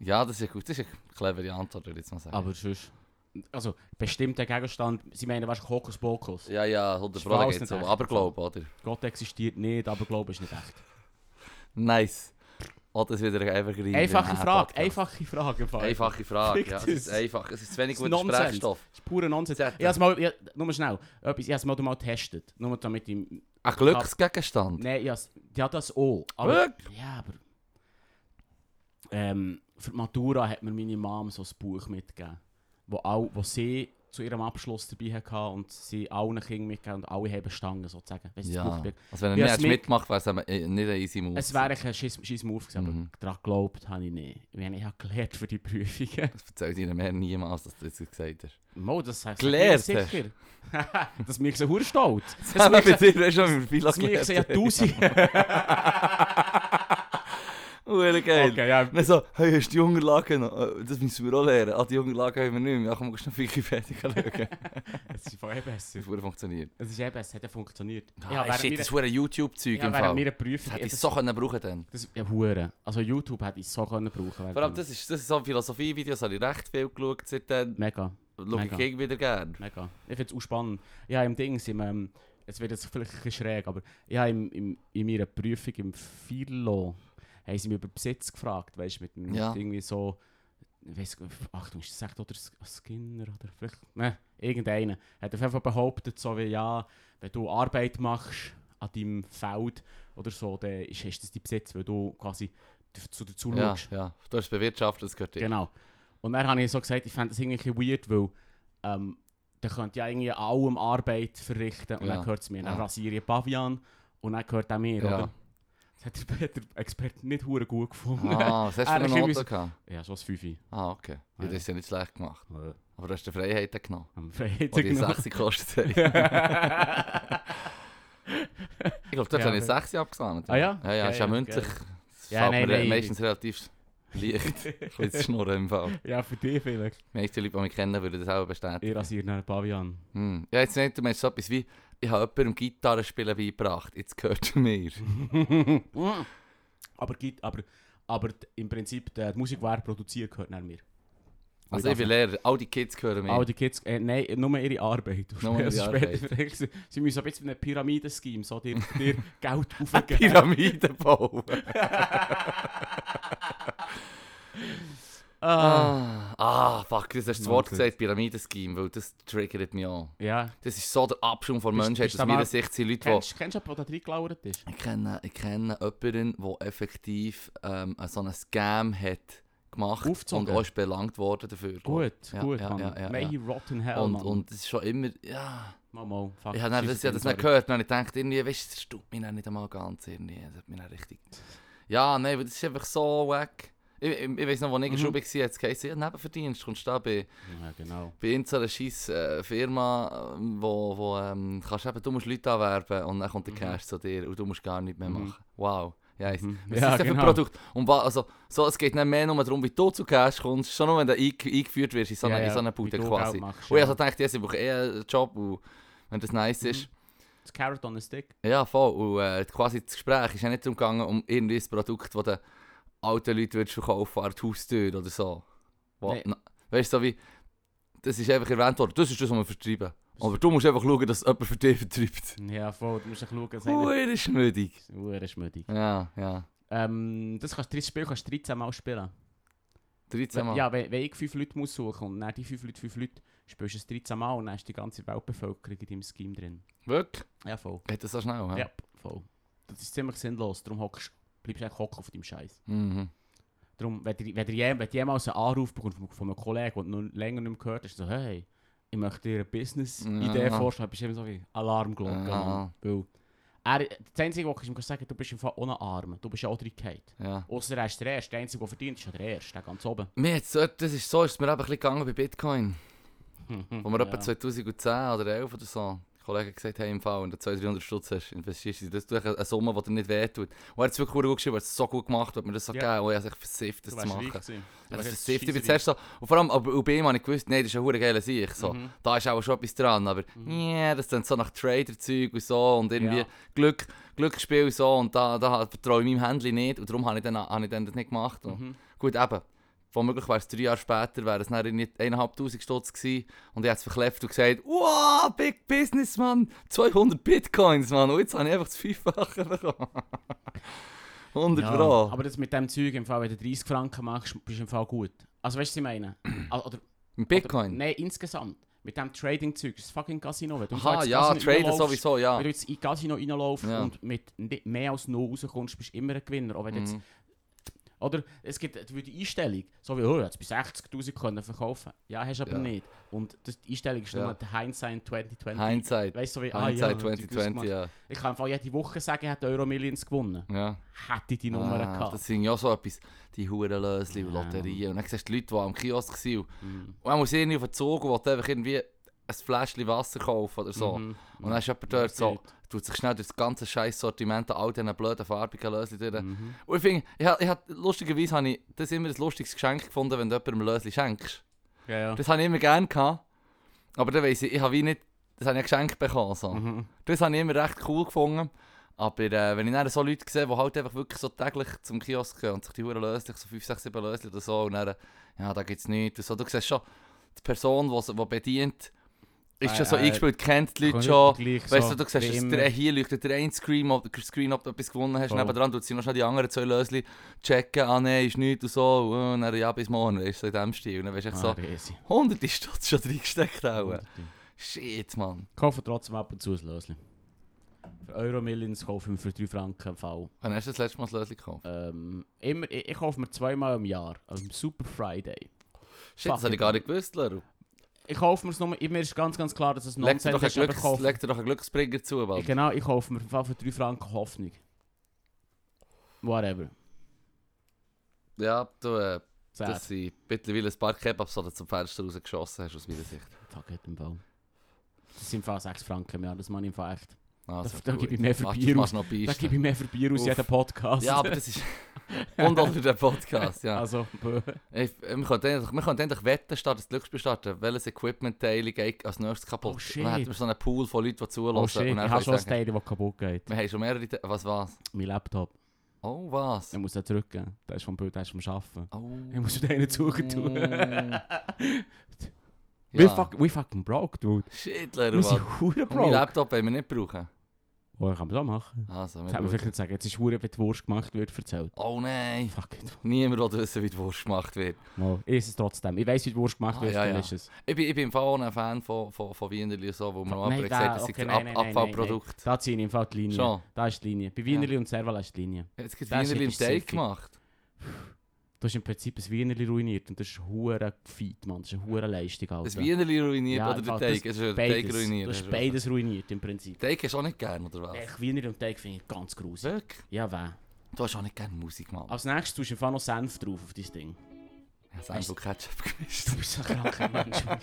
ja, das ist gut. Das ist eine clevere Antwort, würde ich jetzt mal sagen.
Aber sonst... Also, bestimmter Gegenstand, sie meinen, weißt du, Hokuspokus.
ja, ja, 100
Ist
Pro, da
alles
geht's
nicht
so.
echt.
Aber glaub, oder?
Gott existiert nicht, aber Glaube ist nicht echt.
Nice. Oh, das ist wieder einfach rein.
Einfache Frage,
Einfach.
einfache Frage. im Fall.
Einfache Frage, ja. Es
Fick
ist
das.
einfach. Es ist zu wenig
Das ist
guter
Nonsens.
Sprechstoff.
Das ist purer Nonsens. Ich
Zettel.
hab's mal, ich, nur schnell, etwas, ich hab's mal, mal getestet. Nur damit ich...
Ein Glücksgegenstand.
Nein, ich has- ja das auch. Aber,
Wirklich?
ja, aber... Ähm, für die Matura hat mir meine Mom so ein Buch mitgegeben, wo, all, wo sie zu ihrem Abschluss dabei hatte und sie allen Kindern mitgegeben und alle haben bestanden, sozusagen. Weißt du, das
Ja.
Buchstück?
Also, wenn er
Ja,
nicht
es
hättest
mit-
mitgemacht, wäre es eben, äh, nicht ein easy Move.
Es wäre ein scheiß scheiss Move gewesen, aber
Mhm.
daran geglaubt habe ich nicht. Ich, meine, ich habe gelernt für die Prüfungen.
Das erzählt ihnen mehr niemals, dass du das gesagt hast.
Mo, das heißt
Gelernt
sicher. das macht so hure stolz.
Das
Das
habe ich
macht
bei
so-
dir schon mit Villa
das macht so ja tausend.
Hure geil.
Okay, ja.
Und dann so, hey, hast du die Unterlagen noch? Äh, Das müssen wir auch lernen. Ah, die Unterlagen haben wir nicht mehr. Ja, komm, musst du noch Wikipedia schauen.
Es ist voll eh besser.
Das hat funktioniert.
Es ist eh besser, es hat ja funktioniert.
Ah,
ja,
shit, das hure YouTube-Zeug
ja,
im
während
Fall.
meiner
Das
Prüfung.
hätte ich
das-
so können brauchen dann.
Das ja hure. Also YouTube hätte ich so können brauchen.
Vor allem, das ist, das ist so Philosophie-Videos, habe ich recht viel geschaut seitdem.
mega.
schaue ich
Mega.
gegen wieder gerne.
Mega. Ich finde es auch spannend. Ja, im Dings, im, ähm, jetzt wird es vielleicht ein bisschen schräg, aber ja, im, im, in meiner Prüfung im Philo haben sie mich über Besitz gefragt, weißt du, mit, mit
Ja.
irgendwie so, ich weiss, Achtung, ist das echt oder Sk- Skinner oder vielleicht, ne, irgendeiner, hat auf jeden Fall behauptet, so wie, ja, wenn du Arbeit machst an deinem Feld oder so, dann ist, ist das dein Besitz, weil du quasi dazu, dazu
Ja,
schaust.
ja. Du hast bewirtschaftet, das gehört dir.
Genau. Und dann habe ich so gesagt, ich fände das irgendwie ein bisschen weird, weil ähm, da könnte ja irgendwie an allem Arbeit verrichten und
Ja.
dann gehört es mir. Dann
Ja.
rasiere ich Pavian und dann gehört auch mir,
Ja.
oder? Das hat der, hat der Experte nicht hure gut gefunden.
Ah, was hast
Ah,
du
das
für eine
ist
Note gehabt?
Ja, so ein Fünfi.
Ah, okay. Ja, das ist ja nicht schlecht gemacht.
Äh,
Aber du hast die Freiheiten genommen.
Am Freitag
Oh, Die die
noch.
6 gekostet haben. Ich glaube, dort
Ja.
habe ich 6 abgesandt.
Ah ja?
Ja, ja, ist ja
Geil,
mündlich. Das
Ja,
fällt
nein,
mir
nein.
meistens relativ leicht. Ein bisschen zu schnurren im Fall.
ja, für dich vielleicht.
Die meisten Leute, die mich kennen, würden das auch bestätigen.
Ich rasiere dann Pavian.
Hm. Ja, jetzt nicht, du meinst so etwas wie, ich habe jemandem Gitarrespielen beigebracht, jetzt gehört er mir.
aber, gibt, aber, aber d- im Prinzip, der die Musik, die er produziert, gehört nach mir.
Also ich bin Lehrer, all die Kids gehören mir.
All die Kids, äh, nein, nur ihre Arbeit.
Nur ihre
Also
Arbeit.
später- Sie müssen ein bisschen wie ein Pyramidenscheme, so dir, dir Geld
Ah,
aufgeben.
Pyramiden bauen.
ah.
Ah, ah, fuck, das hast du das Wort
Wahnsinn.
gesagt, Pyramidenscheme, weil das triggert mich an.
Ja.
Das ist so der Abschirm von
Bist-
Menschheit,
bist
aus
du mal-
meiner Sicht sind Leute, die...
Kennst, kennst du jemanden, der da reingelauert ist?
Ich kenne, ich kenne jemanden, der effektiv ähm, so einen Scam hat gemacht
Aufgezogen.
und auch ist belangt worden dafür.
Gut,
Ja,
gut,
ja,
Mann.
ja, ja,
May
ja.
he rot in hell,
Und,
Mann.
und das ist schon immer, ja... nou,
mal, mal, fuck.
Ich habe dann-
Scheiße,
das, ich hab das nicht
sorry.
gehört, dann habe ich gedacht, irgendwie, weißt du, das tut mich dann nicht einmal ganz irgendwie. Das hat mich dann richtig... Ja, nein, weil das ist einfach so weg. Ich, ich, ich weiß noch, wo ich in
Mhm.
der Schule war, hat es geheißen, ja, Nebenverdienst, kommst du da bei,
Ja, genau.
bei irgendeiner scheiß äh, Firma, ähm, wo, wo ähm, kannst eben, du musst Leute anwerben und dann kommt der
Mhm.
Cash zu dir und du musst gar nichts mehr
Mhm.
machen. Wow. Ja,
Mhm.
Was
Ja, genau.
ist das für ein Produkt? Und wa- also, so, es geht nicht mehr nur darum, wie du zu Cash kommst, schon nur wenn du einge- eingeführt wirst in so
Ja,
eine, in
ja,
so eine
wie
Bude
du
quasi.
Geld machst,
Und ich
ja. Mhm.
also dachte, jetzt, ich brauche eh einen Job und wenn das nice ist,
Das Carrot on a Stick.
ja, voll. Und äh, quasi das Gespräch ist ja nicht darum gegangen, um irgendwie ein Produkt, das du alten Leuten würdest verkaufen an der Haustür oder so. Wo,
Nee.
na, weißt du, so wie, das ist einfach erwähnt worden, das ist das, was wir vertreiben.
Dus-
Aber du musst einfach schauen, dass jemand für dich vertreibt.
Ja, voll, du musst echt schauen, dass einer...
Huere schnödig.
Uhr ist müdig.
Ja, ja.
Ähm, das kannst, das Spiel kannst du 13 Mal spielen.
13 Mal.
Ja, wenn, wenn ich fünf Leute muss suchen und dann die fünf Leute, fünf Leute, spielst du es 13 Mal und dann ist die ganze Weltbevölkerung in deinem Scheme drin.
Wirklich?
Ja, voll.
Geht das so schnell,
Ja,
hä?
voll. Das ist ziemlich sinnlos, darum hockst, bleibst du eigentlich hocken auf deinem Scheiß.
Mhm.
Darum, wenn, dir- wenn, dir jem- wenn du jemals einen Anruf bekommst von, von einem Kollegen, den du noch länger nicht mehr gehört hast, so, hey, ich möchte dir eine Business-Idee
Ja.
vorstellen, bist du immer so wie Alarmglocke.
Ja.
Mann. Weil er, das Einzige, was ich ihm sagen kann, du bist im Fall ohne Arme, du bist ja auch drin gefallen.
Ja.
Außer er ist der Erste, der Einzige, der verdient, ist ja der Erste, der ganz oben.
Mir hat's dort, das ist so, ist es mir eben ein bisschen gegangen bei Bitcoin. Wo wir etwa
Mm, Ja.
2010 oder 11 oder so Kollegen gesagt haben, im Fall, wenn du 200, 300 Stutz hast, investierst du in das. Du hast eine Summe, die dir nicht wehtut. Und er hat es wirklich gut geschrieben, er hat es so gut gemacht, hat mir das so
Ja.
gegeben. Und ich habe sich versifft, das
Du
zu
wärst reich
machen.
gewesen. Du
Ja, das
wärst
ist safe. Ich bin
scheissreich.
zuerst so, und vor allem, aber bei ihm habe ich gewusst, nein, das ist ein hure geiler Sieg. So.
Mhm.
Da ist auch schon etwas dran, aber yeah, das sind so nach Trader-Zeug und so und irgendwie
Ja.
Glück, Glücksspiel und so und da, da vertraue ich meinem Handy nicht und darum habe ich, dann, habe ich dann das nicht gemacht. Und
Mhm.
Gut, eben, womöglich wäre es drei Jahre später, wäre es dann irgendwie 1'500 Stutz gewesen und ich hätte es verklebt und gesagt, wow, big business, Mann, 200 Bitcoins, Mann, und jetzt habe ich einfach das Fünffache bekommen. 100
Ja,
Pro.
Aber das mit dem Zeug, im Fall, wenn du 30 Franken machst, bist du im Fall gut. Also weißt du, was ich meine? Ah, oder,
Mit Bitcoin.
nein, insgesamt. Mit dem Trading-Zeug, das ist fucking Casino. Wenn du im Fall
Aha,
ins
ja,
Casino
Trader
reinlaufst,
sowieso, ja.
Wenn du jetzt in Casino reinlaufst
Ja.
und mit nicht mehr als 0 rauskommst, bist du immer ein Gewinner. Auch wenn du jetzt,
Mhm.
oder es gibt für die Einstellung, so wie, oh, jetzt bis 60'000 können verkaufen. Ja, hast du aber
Ja.
nicht. Und das, die Einstellung ist
Ja.
nur die Hindsight 2020.
Hindsight.
Weißt du, so wie, ah, ja,
Hindsight
hab ich das
2020,
gemacht.
ja.
Ich kann im Fall jede Woche sagen, ich hätte Euro Millions gewonnen.
ja.
Hätte ich die Nummer
Ah,
gehabt.
Das sind ja so etwas, die Hurenlösli und
Ja.
Lotterien. Und dann siehst du die Leute, die am Kiosk waren.
Mhm.
Und er muss irgendwie auf den Zug und will einfach irgendwie ein Fläschchen Wasser kaufen oder so.
Mhm.
Und dann ist jemand dort so,
Passiert.
tut sich schnell durch das ganze scheiß Sortiment an all diesen blöden farbigen Lösli durch.
Mhm.
Und ich finde, ich, hab- ich, hab- lustigerweise habe ich das immer ein lustiges Geschenk gefunden, wenn du jemandem ein Lösli schenkst.
Ja, ja.
Das habe ich immer gerne gehabt. Aber dann weiss ich, ich habe wie nicht, das habe ich geschenkt bekommen. So.
Mhm.
Das habe ich immer recht cool gefunden. Aber äh, wenn ich dann so Leute sehe, die halt einfach wirklich so täglich zum Kiosk gehen und sich die Huren lösen, so 5, 6, 7 lösen oder so, und dann, ja, da gibt es nichts und so, du siehst schon, die Person, die sie- die bedient, ist
Äh,
schon so
äh,
eingespielt, kennt die Leute
Kommt
schon.
gleich so,
Weißt du, du siehst,
wie
dass
immer.
der, hier leuchtet der ein Screen, ob, Screen, ob du etwas gewonnen hast.
Voll.
Nebendran tut sie noch schnell die anderen zwei Lösli checken. Ah, nein, ist nichts und so. Und dann ja, bis morgen. Weißt du, so in dem Stil. Und dann weißt du echt so,
Ah, easy.
hunderte Stutz schon reingesteckt. Auch. Shit, Mann.
Kaufe trotzdem ab und zu ein Löschen. Für Euro-Millions kaufe ich mir für 3 Franken einen Fall.
Wann hast du das letzte Mal das Lösli gekauft?
Ähm, immer, ich, ich kaufe mir zweimal im Jahr, also am Super Friday.
Shit, das
Fuck
habe ich
it.
gar nicht gewusst, Leru.
Ich kaufe mir es nur, mir ist ganz, ganz klar, dass es
Leg dir
Nonsens
doch einen
ist, aber ich
Glücks-
kaufe...
leg dir doch einen Glücksbringer zu,
Ich-
Mann.
Genau, ich kaufe mir im Fall für 3 Franken Hoffnung. Whatever.
Ja, du, äh,
Sad.
dass ich mittlerweile ein paar Kebabs oder zum Fenster rausgeschossen hast, aus meiner Sicht.
Fuck it, im Fall. Das sind im Fall 6 Franken im Jahr, das meine ich im Fall echt.
Also,
Da- da
gut.
gebe ich mehr für
Mach-
Bier
mach noch
Da
Beisten.
gebe ich mehr für Bier aus
Uff.
jedem Podcast.
Ja, aber das ist. Und auch für den Podcast, ja.
Also, bö.
Ey, wir können endlich, wir können endlich wetten, statt das Glücksspiel starten, welches Equipment-Teil geht als nächstes kaputt.
Oh,
Und
shit.
Dann hätten wir so einen Pool von Leuten, die zuhören.
oh shit, ich
und dann
habe schon ein
können wir
Teil, das kaputt geht.
wir haben schon mehrere. Te was, was?
Mein Laptop.
Oh, was?
Ich muss den zurückgeben. Der ist vom Bild, der ist vom Arbeiten.
Oh.
Ich muss den einen suchen tun.
Ja.
We, fuck, we fucking broke, dude.
Shit, Leru,
Wir
Mann.
sind hure
Und Mein
broke.
Laptop Ah, wollen wir nicht brauchen.
Oh, ich kann das auch machen.
Also, wir
Jetzt hätte man
brauchen.
vielleicht nicht sagen, jetzt ist hure, wenn die Wurst gemacht wird, erzählt.
Oh nein.
Fuck it.
Niemand will wissen, wie die Wurst gemacht wird.
Mal, ich esse es trotzdem. Ich weiß, wie die Wurst gemacht
Ah,
wird,
ja,
dann
ja.
ist es.
Ich bin, ich bin im Fall auch ein Fan von, von, von Wienerli, so, wo man auch
Nein,
gesagt hat, das
da-
ist
okay,
ein
nein, nein,
Ab
nein, nein,
Abfallprodukt.
Da ziehe ich im Fall die Linie.
Schon.
Da ist die Linie. Bei Wienerli und Servala ist die Linie.
Jetzt gibt es
Das
Wienerli im
ist
Steak
sicher.
gemacht.
Du hast im Prinzip ein Wienerli ruiniert und das ist hure feed, Mann. Das ist eine hure Leistung,
Das
Alter.
Wienerli ruiniert
Ja,
oder der
das-
Teig? Es ist der Teig
Beides.
ruiniert.
Du
hast
hast
du
beides ruiniert im Prinzip.
gesagt. Teig hast du auch nicht gern, oder was?
Ich Wienerli und Teig finde ich ganz grusig.
Wirklich?
Ja, weh.
Du hast auch nicht gern Musik, Mann.
Als nächstes tust du im Fall noch Senf drauf auf dein Ding.
Ich habe einfach Ketchup gemischt.
Du bist so ein kranker Mensch. Mann.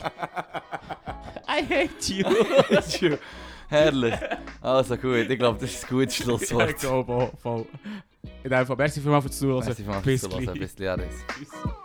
I hate you.
Herrlich. Oh, Also gut, ich glaube, das ist ein gutes Schlusswort.
Ich glaube auch, voll. In dem Fall, merci vielmals fürs Zuhören.
Merci vielmals
Bis
fürs Zuhören.
gleich.
Bis gleich. Aris.
Tschüss.